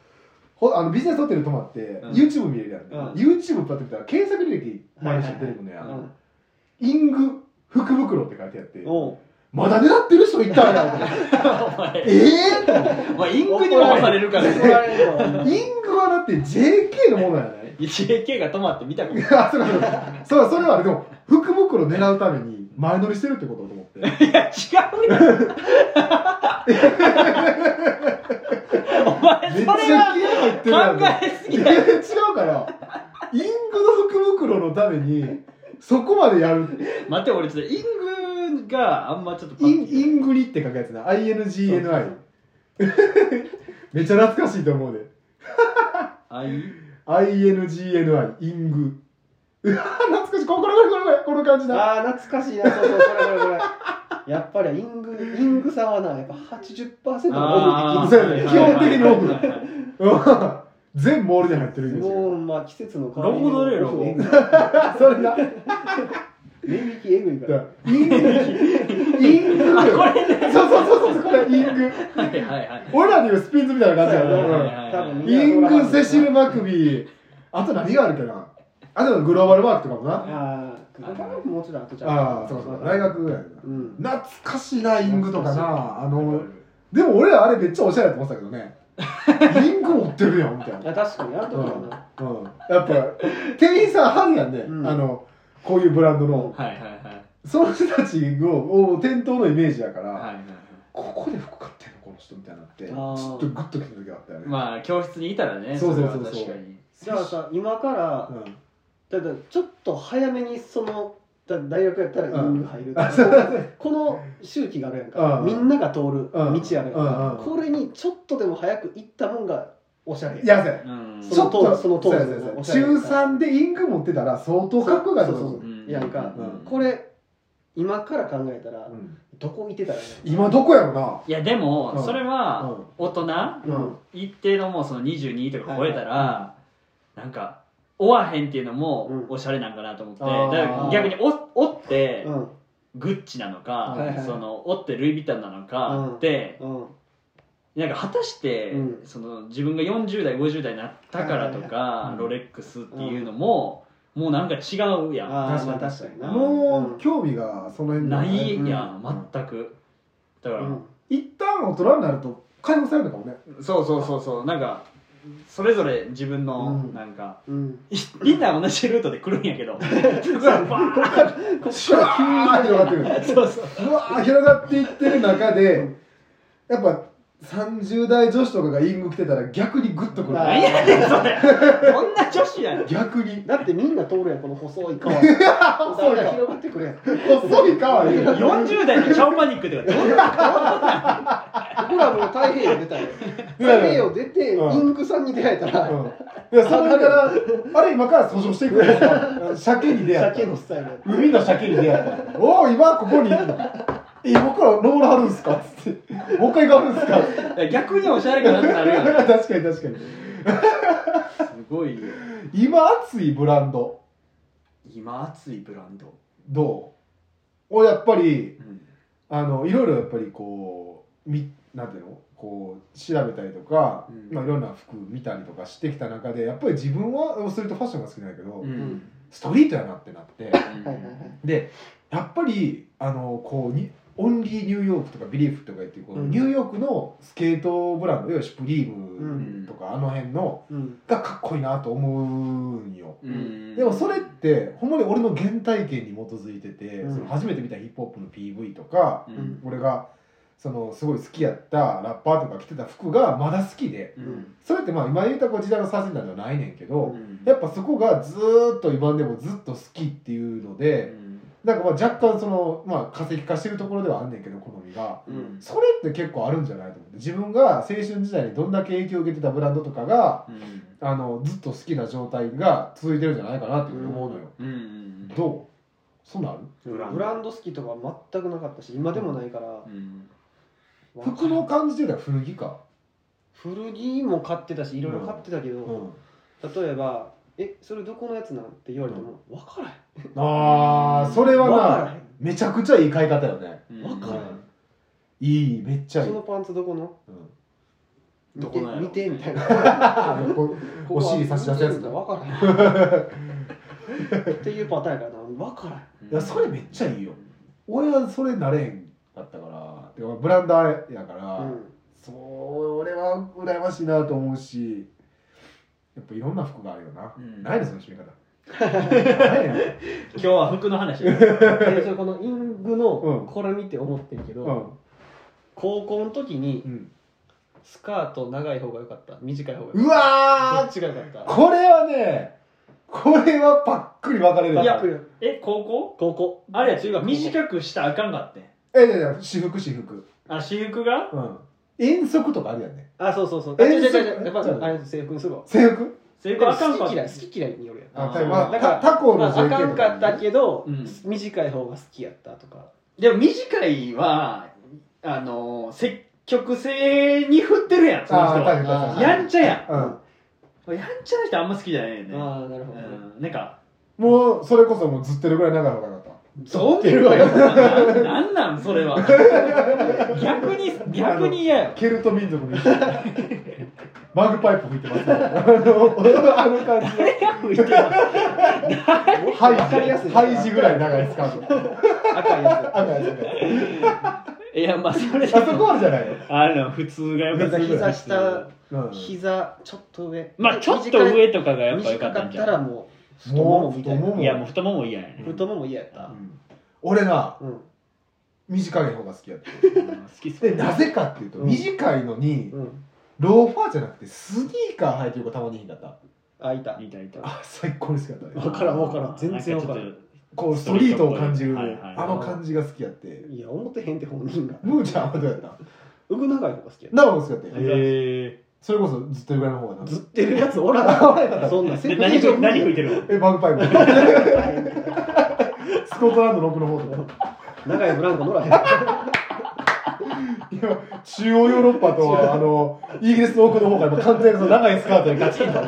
S2: ほあのビジネスホテル泊まって、
S1: ん
S2: YouTube 見れるやん、
S3: うん
S2: YouTube パッと見たら検索履歴毎日出てくるのや、
S1: はいは
S3: うん
S2: イング福袋って書いてあって
S3: おう
S2: まだ狙ってる人いたんやと 思って
S1: お前
S2: え
S1: お前インクにも干されるから
S3: 怒られるわ
S2: えー、イングはだって JK のものやない
S1: JK が止まって見たこと
S2: いやそうかそうかそれはそれはあれでも福袋狙うために前乗りしてるってことだと思っ て
S1: いや違うよ お前
S2: めっち
S1: そ
S2: ゃ
S1: れは
S2: 気合入ってるやん
S1: 考えすぎ
S2: いや違うからイングの福袋のためにそこまでやる
S1: 待って俺ちょっとイングがあんまちょっとパ
S2: イン
S1: ッ
S2: イングリって書くやつな INGNI めっちゃ懐かしいと思うで
S1: あい
S2: INGNI イング うわ懐かしいこれこれこれこれこの感じだ
S3: あー懐かしいなそうそうこれこれこれやっぱりイングイングさんはなやっぱ80%の
S1: あー
S3: オフ
S2: そうやね基本的にオフ
S1: はいはいはいはい
S2: うん 全部俺に入ってる
S3: で
S2: ん
S3: き
S2: です
S3: るもう
S2: よ
S3: まあ季節の変わり
S1: ロボドレロ
S3: オフエグい
S2: それだ
S3: 値引きエグいから
S2: イングイング
S1: あこれね
S2: そうそうそうそうこれイング
S1: はいはいはい
S2: 俺らでいうスピンズみたいな感じや
S1: はい
S2: な、
S1: はい
S2: うん
S1: はい
S3: 多分
S2: イング、セシル・マクビー。あと何があるかなあでもグローバルワークとかもな
S3: ああ大学もうちょっと後じゃん
S2: ああそうそう大学ぐらいだ
S3: うん
S2: な懐かしいなイングとかなあの
S1: る
S2: でも俺らあれめっちゃおしゃれだと思ってたけど ねイング持ってるやんみたいな
S3: あ確かにあると
S2: うん
S3: 思うな
S2: うんやっぱ店員さん春やんね、
S3: うん
S2: あのこういうブランドの
S1: はいはいはい
S2: その人たちをお店頭のイメージやから、
S1: はいはいは
S2: ここで服買ってんのこの人みたいになってち
S3: あ
S2: ょ
S3: ー
S2: っとグッときた時があったよね、
S1: いまあ教室にいたらね
S2: そうそう
S1: れは
S2: そうそう
S1: 確かに
S3: じゃあさ今から
S2: うん
S3: だからちょっと早めにそのだ大学やったらイング入ると
S2: あ
S3: か
S2: そう
S3: この周期があるやんか
S2: うん
S3: みんなが通る道
S2: う
S3: ある
S2: ん
S3: やんか
S2: うん
S3: これにちょっとでも早く行ったもんがおしゃれ
S2: いやせ
S1: うん
S3: その当時その当
S2: そう
S3: 時
S2: やそうや
S3: おしゃれ
S2: 中
S3: やから
S2: 3でインク持ってたら相当かっこよかったと思う
S3: そう
S1: うん
S3: やんか
S2: うん
S3: これ今から考えたら
S2: うん
S3: どこ見てたらいい
S2: 今どこやろない
S1: やで
S2: う
S1: も
S2: ん
S1: それは
S2: う
S1: 大人
S2: ん、
S3: うん
S1: 一定のもうその22とか超えた
S3: はい
S1: らなんか追わへんっていうのも
S3: うん
S1: おしゃれなんかなと思って
S3: あ
S1: だ
S3: ー
S1: から逆にお追って
S3: うん
S1: グッチなの
S3: はいはい
S1: かその追ってルイ・ヴィトンなのかって
S3: うん
S1: なんか果たして、
S3: うん
S1: その自分が40代50代になったからとか、
S2: いはい
S1: ロレックスっていうのも、もうなんか違うやん、
S3: あーまあ
S2: 確かに
S3: 確かにな
S2: も
S3: ん
S2: う興味がその辺だ
S1: な
S2: ね
S1: いや
S2: うん
S1: ん、全くだから、
S3: うん
S2: 一旦大人になると解放されるのかもね
S1: そうそうそうそうなんかそれぞれ自分の
S2: うん
S1: なんか、
S3: うん
S1: いみんな同じルートで来るんやけど そこからバーン
S3: こっ
S2: シュワーって広がってくる
S1: そうそう
S2: うわー広がっていってる中
S3: う
S2: で
S3: ん
S2: やっぱ30代女子とかがイング着てたら逆にグッとくる
S3: あ
S1: 何やねんそれこんな女子やねん
S2: 逆に
S3: だってみんな通るやんこの細い川
S2: 細い
S3: だん
S2: 川
S3: だん広がってくれやん
S2: 細い川に
S1: 40代のチャオパニックではど んな
S3: 僕らもう太平洋出たよ太平洋出て、
S2: うん
S3: インクさんに出会えたら、
S2: いやそれからあれ今から訴訟していくのか鮭に出会っ
S3: 鮭
S2: た
S3: のスタイルやった
S2: 海の鮭に出会ったおお今ここにいるのえ僕らロールあるんすかっつってもう一回があるんすかっつって
S1: 逆におしゃれかなってなるよね
S2: 確かに確かに
S1: すごいよ
S2: 今熱いブランド
S1: 今熱いブランド、
S2: どうをやっぱり
S1: うん
S2: あのいろいろやっぱりこうみなんていうのこう調べたりとか、
S1: うん
S2: まあ、いろんな服見たりとかしてきた中でやっぱり自分はそれとファッションが好きなんやけど、
S1: うん
S2: ストリートやなってなって
S3: はいはいはい
S2: でやっぱりあのこうにオンリーニューヨークとかビリーフとか言ってこう、
S3: うん
S2: ニューヨークのスケートブランドいわゆるシュプリー
S1: う
S2: ム
S1: ん
S2: とか、あの辺の
S3: うん
S2: がかっこいいなと思うんよ。
S1: うん
S2: でもそれってほんまに俺の原体験に基づいてて、
S3: うん
S2: その初めて見たヒップホップの PV とか、
S1: うん
S2: 俺がそのすごい好きやったラッパーとか着てた服がまだ好きで
S1: うん
S2: それってまあ今言うたこう時代の差せなんじゃないねんけど、
S1: うん
S2: やっぱそこがずーっと今でもずっと好きっていうの
S1: う
S2: で、
S1: ん
S2: なんかまあ若干その、まあ、化石化してるところではあんねんけど好みが。
S1: うん
S2: それって結構あるんじゃないと思って自分が青春時代にどんだけ影響を受けてたブランドとかが
S1: うん
S2: あのずっと好きな状態が続いてるんじゃないかなっていうふうに思うのよ、
S1: うんうん
S2: どうそんなんある
S1: ブランド
S3: ブランド好きとか全くなかったし今でもないから、
S1: うん
S2: 服の感じで言うたら古着か、
S3: 古着も買ってたしいろいろ買ってたけど、
S2: うん、
S3: 例えば「えそれどこのやつなん?」て言われても「分からへん
S2: あーそれ」は
S3: 分か
S2: な
S3: らへん
S2: めちゃくちゃいい買い方よね
S1: うん
S3: わかる
S2: いいめっちゃいい、
S3: そうのパンツどこの
S2: ん
S3: 見
S1: どこ
S3: て
S1: のやろ
S3: 見て」みたいな
S2: あのこ
S3: ここ
S2: お
S3: は
S2: 尻差し出すやつだ
S3: 分からへんっていうパターンやからな分からへん
S1: うん
S2: いやそれめっちゃいいよ 俺はそれなれへんかったからてかブランダーやから、
S3: うん
S2: そう俺は羨ましいなと思うしやっぱいろんな服があるよな、
S1: うん
S2: ないのその締め 方ないの
S1: 今日は服の話や
S3: でそれこのイング
S2: うん
S3: のこれ見て思ってんけど、高校の時に
S2: うん
S3: スカート長い方が良かった短い方が良かっ
S2: う
S3: た
S2: わ
S3: どっちが良かった
S2: ーこれはねこれはパックリ分かれる
S3: い
S2: な
S3: や
S1: え高校
S3: 高校
S1: あれ中
S3: 中
S1: 学
S3: 学
S1: 短くしたらあかんかって
S2: えいやいや私服私服
S1: あ私服が
S2: うん遠足とかあるやんね
S3: あそうそうそう
S2: え
S3: え違う違う違う
S2: え
S3: やっぱ
S2: ちょっと
S3: あれ制服にするわ
S2: 制服
S1: 制
S3: で
S1: 服
S3: も
S1: あかんか
S3: 好
S1: っ
S3: き
S1: て
S3: 嫌い好き嫌いによるやん
S2: あ
S1: あー
S2: たまあ
S3: だか
S2: た
S3: ら
S2: 他校の
S3: まああ
S2: JK と
S3: かんかった
S2: ね
S3: けど、
S1: うん
S3: 短い方が好きやったとか
S1: でも短いはあの積極性に振ってるやんその
S2: あ
S1: 人
S2: あ
S1: は
S2: 確かに
S3: い
S1: やんちゃやん
S2: うん
S1: やんちゃな人あんま好きじゃないよね
S3: ああなるほど、
S1: うんなんか
S2: もうそれこそもうずってるぐらい長い方が良かった
S1: ゾンビるわよななんなんそれは逆に逆に嫌よ
S2: ケルト民族の マグパイプ吹いてますねあのあの感じ
S1: 誰が吹いてる
S3: もっと
S2: ハイ
S3: わかりやすい
S2: ジハイジぐらい長いスカート
S3: 赤いや
S2: あのやつね
S1: いやまあそれ
S2: あそこまでじゃないよ、
S1: あの普通がよかった
S2: 普通
S3: 膝下
S2: うん
S3: つ膝ちょっと上
S1: まあちょっと上とかがやっぱ良か
S3: 短
S1: った
S3: か
S1: ん
S3: っ
S1: じゃ
S3: た
S1: な
S3: ら
S1: い
S3: もう太も
S2: も
S3: も
S2: う
S3: み
S2: 太
S3: たいな
S2: もも
S1: いやもう太もも嫌やね、
S2: うん
S3: 太もも嫌やった
S2: う、ん俺な
S3: うん
S2: 短い方が好きやった
S1: うん好きそう
S2: でなぜかっていうと、
S3: うん
S2: 短いのに
S3: うん、
S2: ローファーじゃなくてスニーカー履いてる子たまにいいんだった
S3: あいた
S1: いたいた
S2: あ最高に好きだったね
S3: わからんわからん全然わからん
S1: なんちょっ
S2: こうストリートを感じる、
S1: はいはい
S2: あの感じが好きやって
S3: いや思ってへんって本人が
S2: ムーちゃんはどうやった
S3: うぐ長い方が好きや
S2: なおも好きだったよ、
S1: とへ
S2: それこそずっとぐらいの方がな
S3: ずってるやつおらなそんな
S1: えで何食い何食いてるの
S2: えバグパイプスコットランドの奥の方とか
S3: 長いブランコ乗らへん
S2: いや中央ヨーロッパとはあのイギリスの奥の方が今完全にその長いスカートにガチンと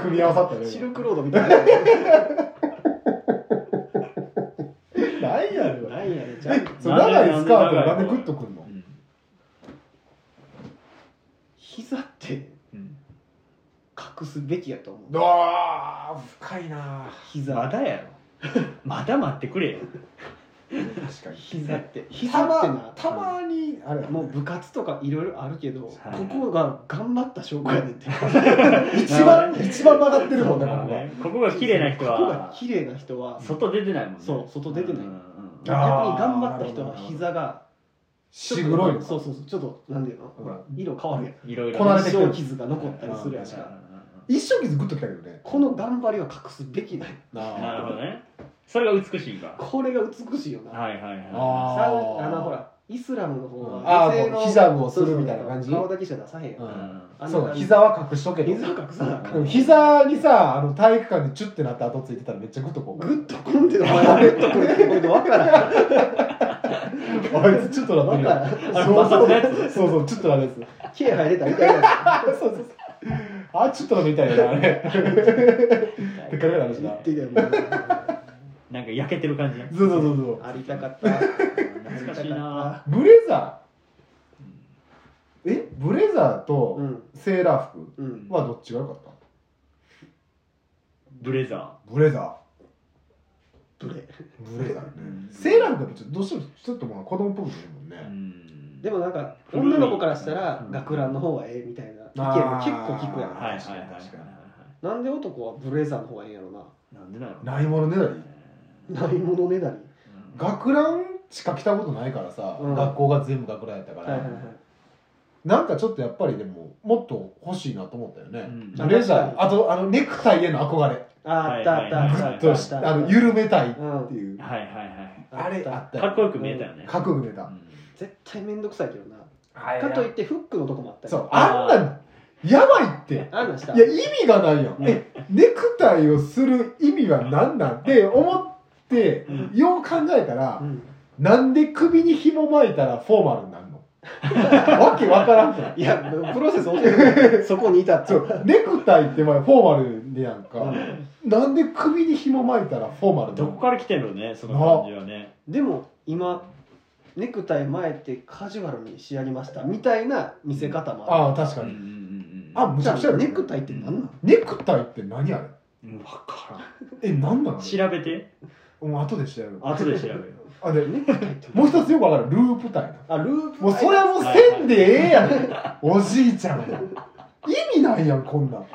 S2: 組み合わさったね
S3: シルクロードみたいな
S2: ないやろ
S3: なんやねじゃあ
S2: えその長いスカートがなんでグッとくんの
S1: うん
S3: 膝って
S1: うん
S3: 隠すべきやと思う
S2: あー深いな
S3: 膝
S1: まだやろまだ待ってくれよ
S2: 確かに
S3: 膝って
S2: た
S3: 膝って
S2: ま
S3: な
S2: たまにあれ
S3: もう部活とかいろいろあるけど、
S1: はい
S3: ここが頑張った証拠やねんって
S2: 一番一番曲がってるもんだからね
S1: ここが綺麗な人
S3: ここが
S1: は
S3: 綺麗な人は逆に
S1: 外出てないもんね
S3: そう外出てない
S1: うんうん
S2: あ
S3: 頑張った人は膝がちょっ
S2: し
S3: と
S2: ぐろいの
S3: そうそうそうちょっとなんていうのほら
S2: うん
S3: 色変わるやん
S1: うんいろいろ
S2: こなれてくる
S3: 小傷が残ったりするやん
S2: 確
S3: か
S2: 一生傷グッときたけどね
S3: この頑張りは隠すべきない
S1: うんなるほどねそれが美しいんか
S3: これが美しいよな
S1: はいはいは
S2: あ
S3: さあのほらイスラムの方
S2: あ
S3: は
S2: ー
S3: 女性の
S2: もうヒジャブをするみたいな感じ
S3: そうそう顔だけじゃ出さへんや
S2: うん
S1: ん
S2: あそう膝は隠しとけ
S3: 水を
S2: と
S3: 隠さなあか
S2: で
S3: ん
S2: も膝にさあの体育館でチュッてなった跡ついてたらめっちゃグッとこう
S3: グッとこんでるお前はグッとくるってこれで分から ん
S2: あいつチュッとなって
S3: 分
S2: る
S3: か
S2: やん
S3: ら
S1: あ
S3: ん
S1: の摩擦のやつ
S2: そうそうチュッとなるやつ
S3: 毛入れたみたい
S2: あ
S3: な
S2: そうそうそうあチュッとなるみたいなあれでっかい話
S3: 言
S2: な
S3: ってたよ もう
S1: なんか焼けてる感じね
S2: そうそうそうそう
S3: ありたかった
S1: 懐かしいな
S2: ブレザーえブレザー
S3: う
S2: と
S3: ん
S2: セーラー服
S3: うん
S2: はどっちが良かった
S1: ブレザ
S2: ブレザ
S3: どれ
S2: ーブレザー
S1: うん
S2: セーラー服だとちょっとどうしてもちょっともう子供っぽく見えるもんね、
S1: ーうん
S3: でもなんか
S1: 古い
S3: 女の子からしたら
S1: うん
S3: 学ランの方がええみたいな意見
S2: あ
S3: も
S2: ー
S3: 結構聞くや
S1: はい
S3: ん
S1: はいはいはい
S2: 確かに
S3: なんで男はブレザーの方がええんやろ
S1: なんでだろう
S2: ないものねだり
S3: なないものねだり
S1: うん
S2: 学ランしか着たことないからさ、
S3: うん
S2: 学校が全部学ランやったから、
S3: はいはいはい
S2: なんかちょっとやっぱりでももっと欲しいなと思ったよね、
S1: うん
S2: ブレザーあとあのネクタイへの憧れ
S3: あーあったあったあっ
S1: はい
S3: た
S1: はい
S3: あっ
S2: と
S3: た
S2: しあの緩めたいっ
S3: うん
S2: ていう、
S1: はいはいはい
S2: あれあった
S1: かっこよく見えたよね
S2: かっこよく見えた、
S1: う
S3: 絶対面倒くさいけどな
S2: あれ
S3: かといってフックのとこもあったり
S2: そうあ
S1: あ
S2: ん
S1: ー
S2: なんやばいって
S3: あんなんした
S2: いや意味がないやん、
S1: うん
S2: えネクタイをする意味は何なんって思って
S1: んうん
S2: よう考えたら
S3: う、ん
S2: なんで首に紐巻いたらフォーマルになるの わけわからんから
S3: いやプロセス教えてく れそこにいたって
S2: そうネクタイってまあフォーマルでやん
S3: う
S2: か
S3: ん
S2: なんで首に紐巻いたらフォーマル
S1: ん
S2: な
S1: ど
S2: の
S1: こから来てんのねその感じはね
S3: でも今ネクタイ巻いてカジュアルに仕上げましたみたいな見せ方もあ
S2: ああ確か
S1: うんうん
S2: に、
S1: うんうん
S2: あむ
S3: る
S2: ち
S3: じ
S2: ゃ
S3: ゃ
S2: くちゃ
S3: あ
S2: やね
S3: ネクタイって何なの
S2: ネクタイって何あれ
S1: うん分からん
S2: え何なの
S1: 調べて
S2: もう後で調べる
S1: 後で調べる
S2: あで
S3: ネクタイって
S2: もう一つよくわかるループタイな
S3: あループ
S2: もうそれはもうせんでええやん、 おじいちゃんは意味ないやんこんなん
S3: こ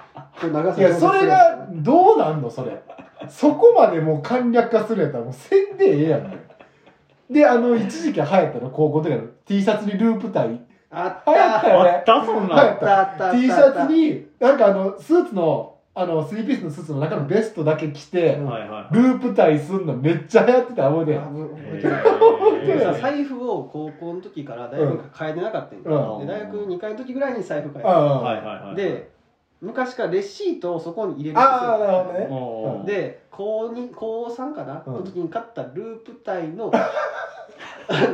S3: れ長
S2: い
S3: さ
S2: やそれがどうなんのそれそこまでもう簡略化するやったらもうせんでええやんねであの一時期流行ったの高校とかの T シャツにループタイ流行
S3: あっ
S2: ったよ
S1: あ
S2: ね
S1: ったそん
S2: は
S1: ないん
S3: あったあったあった
S2: T シャツになんかあのスーツのあのスリーピースのスーツの中のベストだけ着て
S1: はいはい
S2: ループタイすんのめっちゃ流行ってた思うで
S3: あぶ覚えてる
S1: え
S3: で
S1: ー
S3: さ財布を高校の時から大学変えてなかったんや、
S2: うん
S3: で大学2回の時ぐらいに財布変え
S2: あ
S3: た、
S2: あ、
S1: はいはいはい
S3: で昔からレシートをそこに入れるんですよ
S2: ああなるほどね
S1: おー
S3: で高二高3かな、
S2: うん
S3: の時に買ったループタイの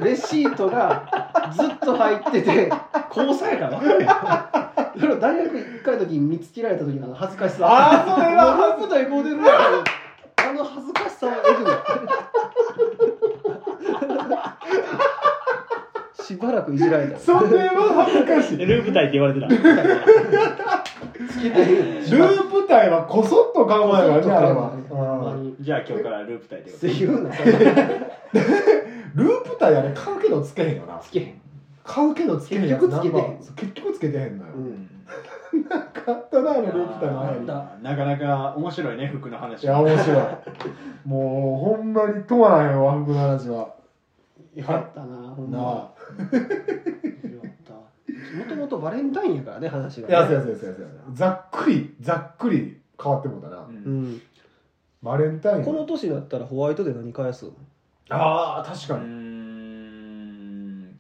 S3: レシートがずっと入ってて高3やから分かるやんそれを大学1回の時に見つけられた時のあの恥ずかしさ
S2: あーそれは
S3: もうループタイこう出るやんあの恥ずかしさを得るのしばらくいじられた
S2: それは恥ず かしい
S1: で
S2: ル
S1: ループタイって言われてたは
S3: つけてへんよ
S2: ープタイはこそっと考えがねあれは、
S3: こそっと考えほんま
S2: あ
S3: に。
S1: じゃあ今日からループ体で
S3: っていう な、それは
S2: ループ体あれ買うけどつけへんよな
S3: つけへん。
S2: 買うけどつけへんやん
S3: 結局つけてへん
S2: なんかそう結局つけてへんのよ、
S3: うん。
S2: 買ったなあのル
S1: ル
S2: ープ体の
S3: あ
S2: 流行
S3: ー
S2: り
S1: なかなか面白いね服の話
S2: いや面白いもうほんまに止まらんよ和服の話は
S3: よかったな、ほんま。
S2: なあ
S3: よかった。もともとバレンタインやからね、話が、
S2: い
S3: ね。
S2: やそうやそうやそうやそうやざっくりざっくり変わってもうた
S1: う
S2: な、
S1: ん
S3: うん。
S2: バレンタイン
S3: この年になったらホワイトで何返す
S2: ああ確
S1: う
S2: か
S1: ー
S2: に、
S1: ん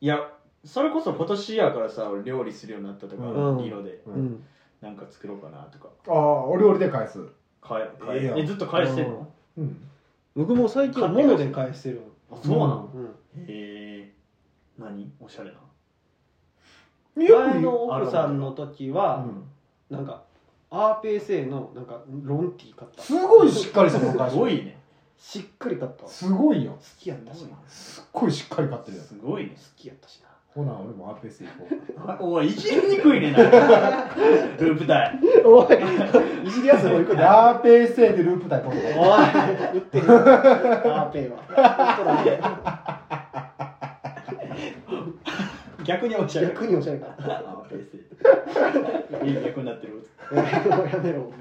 S1: いやそれこそ今年やからさ俺料理するようになったとか、
S3: うん
S1: 色で
S2: うん
S3: うん。
S1: なんか作ろうかなとか
S2: ああお料理で返す
S1: かえか
S2: ええや
S1: え
S2: ん
S1: えずっと返してるの
S2: うん
S3: 僕も最近は物で返してるわ。
S1: あそうなの、
S3: うん。
S1: へえ何おしゃれな
S3: 前の奥さんの時
S2: う
S3: は、
S2: ん
S3: なんかアーペー製のなんかロンティー買った
S2: すごいしっかりしたのお返
S1: す
S2: し
S1: ごいね
S3: しっかり買ったわ好
S2: すごいよ
S3: きやったしな好
S2: すっごいしっかり買ってるやん
S1: すごいね
S3: きやったしな
S2: ほな俺もアーペース行こう
S1: あおいいじりにくいねなんか ループ体
S3: おいいじりやすい方行くな
S2: アーペースでループ対抗
S3: おい売ってるアーペ ーは売っとら
S1: 逆におしゃ
S3: ん
S1: れ
S3: 逆におしゃれか
S1: あペース いい逆になってる
S3: おいやめろ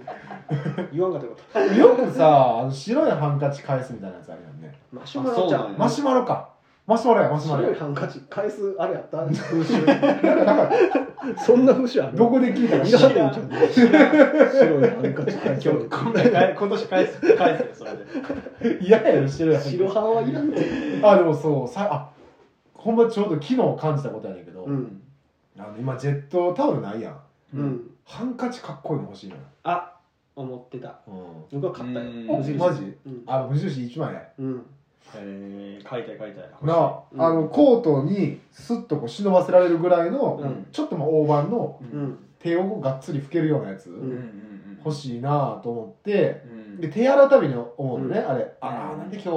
S3: 言わんかったよかった
S2: よくさあの白いハンカチ返すみたいなやつあるやんね
S3: マシュマロちゃ
S1: あそうなん
S3: ん
S1: や
S2: マシュマロかマシュマロやマシュマロ
S3: 白い
S2: や
S3: ハンカチ返すあれやった風習 そんな風習ある
S2: どこで聞いたか
S3: い
S2: 知ら
S3: ら
S2: ん
S3: んのんちゃう白いハンカチ
S1: 今
S3: 返
S1: 日
S3: す
S1: 今回返今年返す返すよそれで
S2: 嫌やよ白いハンカチ
S3: 白ハンはいらんて
S2: あでもそうさあほんまちょうど昨日感じたことやねんけど、
S3: うん
S2: あの今ジェットタオルないやん
S3: うん
S2: ハンカチかっこいいの欲しいのよ、
S3: あ思ってた
S2: う
S3: 僕は買ったよ
S1: うん
S2: ん、
S3: 無印
S2: マジ
S3: うん
S2: あ無印1枚ね
S3: うん
S1: えー、買いたい買いたい
S2: なあ,、
S3: うん
S2: のコートにスッとこう忍ばせられるぐらいの、
S3: うん
S2: ちょっとまあ大判の
S1: う
S3: うんん
S2: 手をがっつり拭けるようなやつ、
S1: うん
S3: ん
S1: うん
S2: 欲しいなと思って
S1: うん
S2: で手洗うたびに思うのね、
S3: う
S2: あれああなんで今日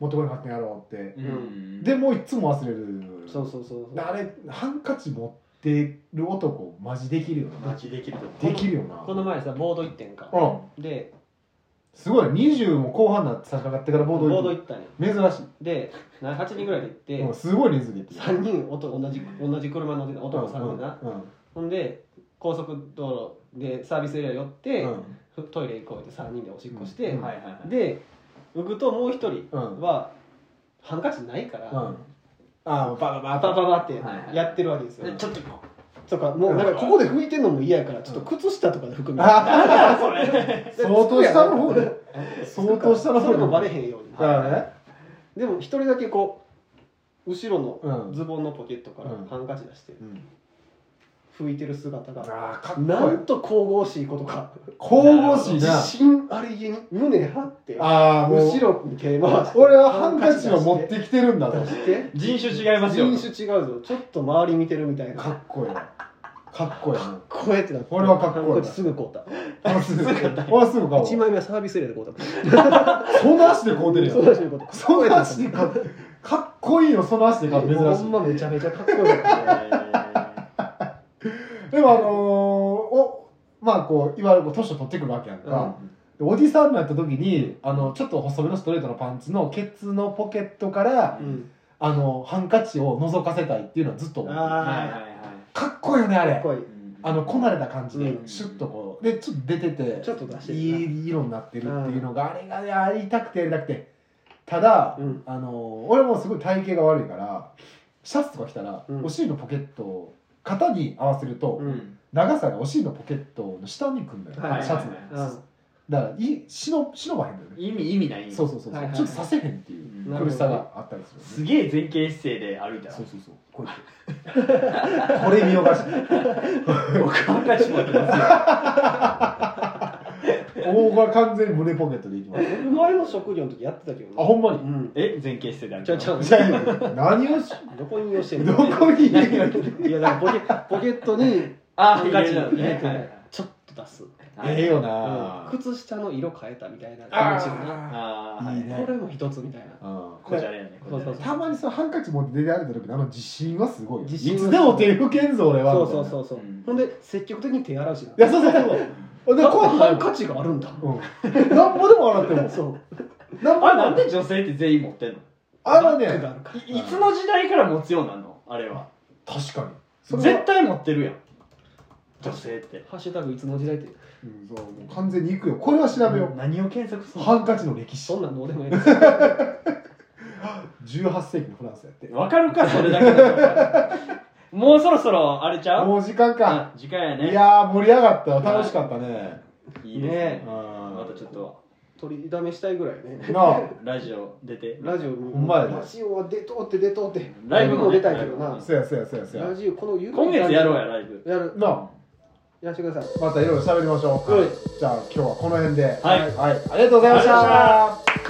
S2: 持ってこなかったんやろうって、
S1: うんうん
S2: でもういっつも忘れる
S3: そうそうそうそう
S2: あれハンカチ持ってる男マジできるよな
S1: マジできると
S2: できるよな
S3: この前さボード行ってんか
S2: うん
S3: です
S2: ごい20も後半になって差し掛かってからボ
S3: ボ
S2: ード
S3: ー
S2: 行
S3: ド
S2: く
S3: 行ったんよ
S2: 珍し
S3: でな8人ぐらいで行っ
S2: い、うん
S3: て
S2: すごい人数で行ってる
S3: 3人おと同じ同じ車乗ってた男3人な
S2: うんうん
S3: ほんで高速道路でサービスエリア寄って
S2: うん
S3: ふトイレ行こうって3人でおしっこして
S2: うん
S1: はいはいはい
S3: で僕ともう1人
S2: うんうん
S3: はハンカチないから
S2: ああバババ
S3: ババ
S2: バ
S3: ババって
S1: はいはい
S3: やってるわけですよ
S1: えちょっと
S3: とかもうなんかここで拭いてんのも嫌やからちょっと靴下とかで含め
S2: あ
S1: なんだそれ
S2: 相当下の方で相当下の
S3: そ
S2: 方
S3: れ
S2: で
S3: もバレへんように、
S2: だからね
S3: でも一人だけこう後ろの
S2: うん
S3: ズボンのポケットから
S2: うん
S3: ハンカチ出して
S2: うん
S3: 拭いてる姿が、
S2: ああかっこ
S3: ない
S2: い
S3: んと神々しいことか
S2: 神々しい
S3: 自
S2: な
S3: 信ありげに胸張って
S2: ああもう
S3: 後ろに手回して
S2: 俺はハンカチを持ってきてるんだ
S3: 出
S2: と
S3: して
S1: 人種違いますよ
S3: 人種違うぞちょっと周り見てるみたいな
S2: か
S3: かっ
S2: っこいいなかっこいいな
S3: こええってなって
S2: 俺はかっこいい
S3: ハンカチすぐ買うた
S2: 俺すぐ俺すぐ買おう
S3: 1枚目はサービスエリアで買うた
S2: その足で買うてるや
S3: そうら
S2: ん
S3: しいこと
S2: その足で買うかっこいいよその足で買う珍し
S3: ほ
S2: い
S3: んまめちゃめちゃかっこよかったね
S2: でもあのーおまあこういわゆるこう年を取ってくるわけやんか、でおじさんになった時にあのちょっと細めのストレートのパンツのケツのポケットから
S3: うん
S2: あのハンカチを覗かせたいっていうのはずっと思う
S1: はい
S3: あ
S1: はいは
S2: かっこいいよねあ
S3: かっ
S2: れ
S3: こいい
S1: いうん
S2: あのこなれた感じで、
S3: うん
S2: シュッとこうでちょっと出てて
S3: ちょっと出してるない
S2: い色になってるっていうのが、あれがねやりたくてやりたくてただ、
S3: うん
S2: あの俺もすごい体型が悪いからシャツとか着たら、
S3: うん
S2: お尻のポケットを肩に合わせると、
S3: うん
S2: 長さがお尻のポケットの下にくんだよ、
S1: はいはい
S2: シャツの
S3: うん
S2: だからいしの忍ばへんだよね
S1: 意味意味ない
S2: そうそうそうそう、
S3: はいはいは
S2: ち
S3: い
S2: ょっとさせへんっていううん苦しさがあったりするよね
S1: すげえ前傾姿勢で歩いたら
S2: そうそうそうこうやってこれ見 よがし
S1: 僕ハンカチ持ってますよ
S2: 大は完全に胸ポケットでいきます
S3: 生まれの食料の時やってたけどね
S2: あほんま
S3: う
S2: に
S3: ん
S1: え前傾姿勢で歩い
S3: ち
S1: た
S3: ゃうちゃう
S2: じゃあいいよ何をし
S3: どこに用してん
S2: ど
S3: の
S2: こに
S1: 何が
S3: いやだからポケポケットに
S1: あハ
S3: ハ
S1: ン
S3: ン
S1: カ
S3: カ
S1: チ
S3: チ
S1: なの
S3: 入れ
S1: ね
S3: てないちょっと出す、
S1: はい
S2: ええよ
S3: うん
S2: な、
S3: 靴下の色変えたみたいな
S2: あ
S3: 感じに
S2: ー
S1: ああはい
S2: いね
S3: これも一つみたいな
S2: うん
S1: こじゃれやねこじゃれ
S3: そうそう
S2: たまにそのハンカチ持って出て歩いた時のあの自信はすごいよい
S3: 自信は
S2: つでも手拭けんぞ俺は
S3: そうそうそううそう、
S1: うん
S3: ほんで積極的に手洗うしな
S2: やそうそうそうあで
S3: やっぱ
S2: 怖くない
S3: 販
S2: も
S3: 価値があるんだ
S2: ん、うん、なんぼでも洗っても
S3: そう
S2: なんぼ
S1: あ
S2: も
S1: れなんで女性って全員持ってんの
S2: あの
S3: バッグ
S2: ね
S3: があるから
S1: いいつの時代から持つようなんのあれは
S2: 確かにそれは
S1: 絶対持ってるやん女性って
S3: ハッシュタグいつの時代って
S2: うんそうもう完全にいくよこれは調べよ
S1: 何を検索す
S2: う
S1: る
S2: ハンカチの歴史
S3: そんなんどうでもいいです
S2: 18世紀のフランスやって
S1: のわかるかそれだけの もうそろそろあれちゃう
S2: もう時間か
S1: あ時間やね
S2: いやー盛り上がった楽しかったね
S1: いいね
S2: うん
S1: またちょっと
S3: 取りだめしたいぐらいね
S2: なあ
S1: ラジオ出て
S3: ラジオに
S2: ほんまやね
S3: ラジオは出とうって出とうって
S1: ライブも
S3: も
S1: ね
S3: 出たいけどな
S2: そやそやそやそや
S3: ラジオこの有
S1: 今月やろうやライブ
S3: やる
S2: なあ
S3: やらせてください
S2: またいろいろ喋りましょう、
S3: はい
S2: じゃあ今日はこの辺で
S1: はい
S2: はい、ありがとうございまし
S1: ありがとうございました
S2: た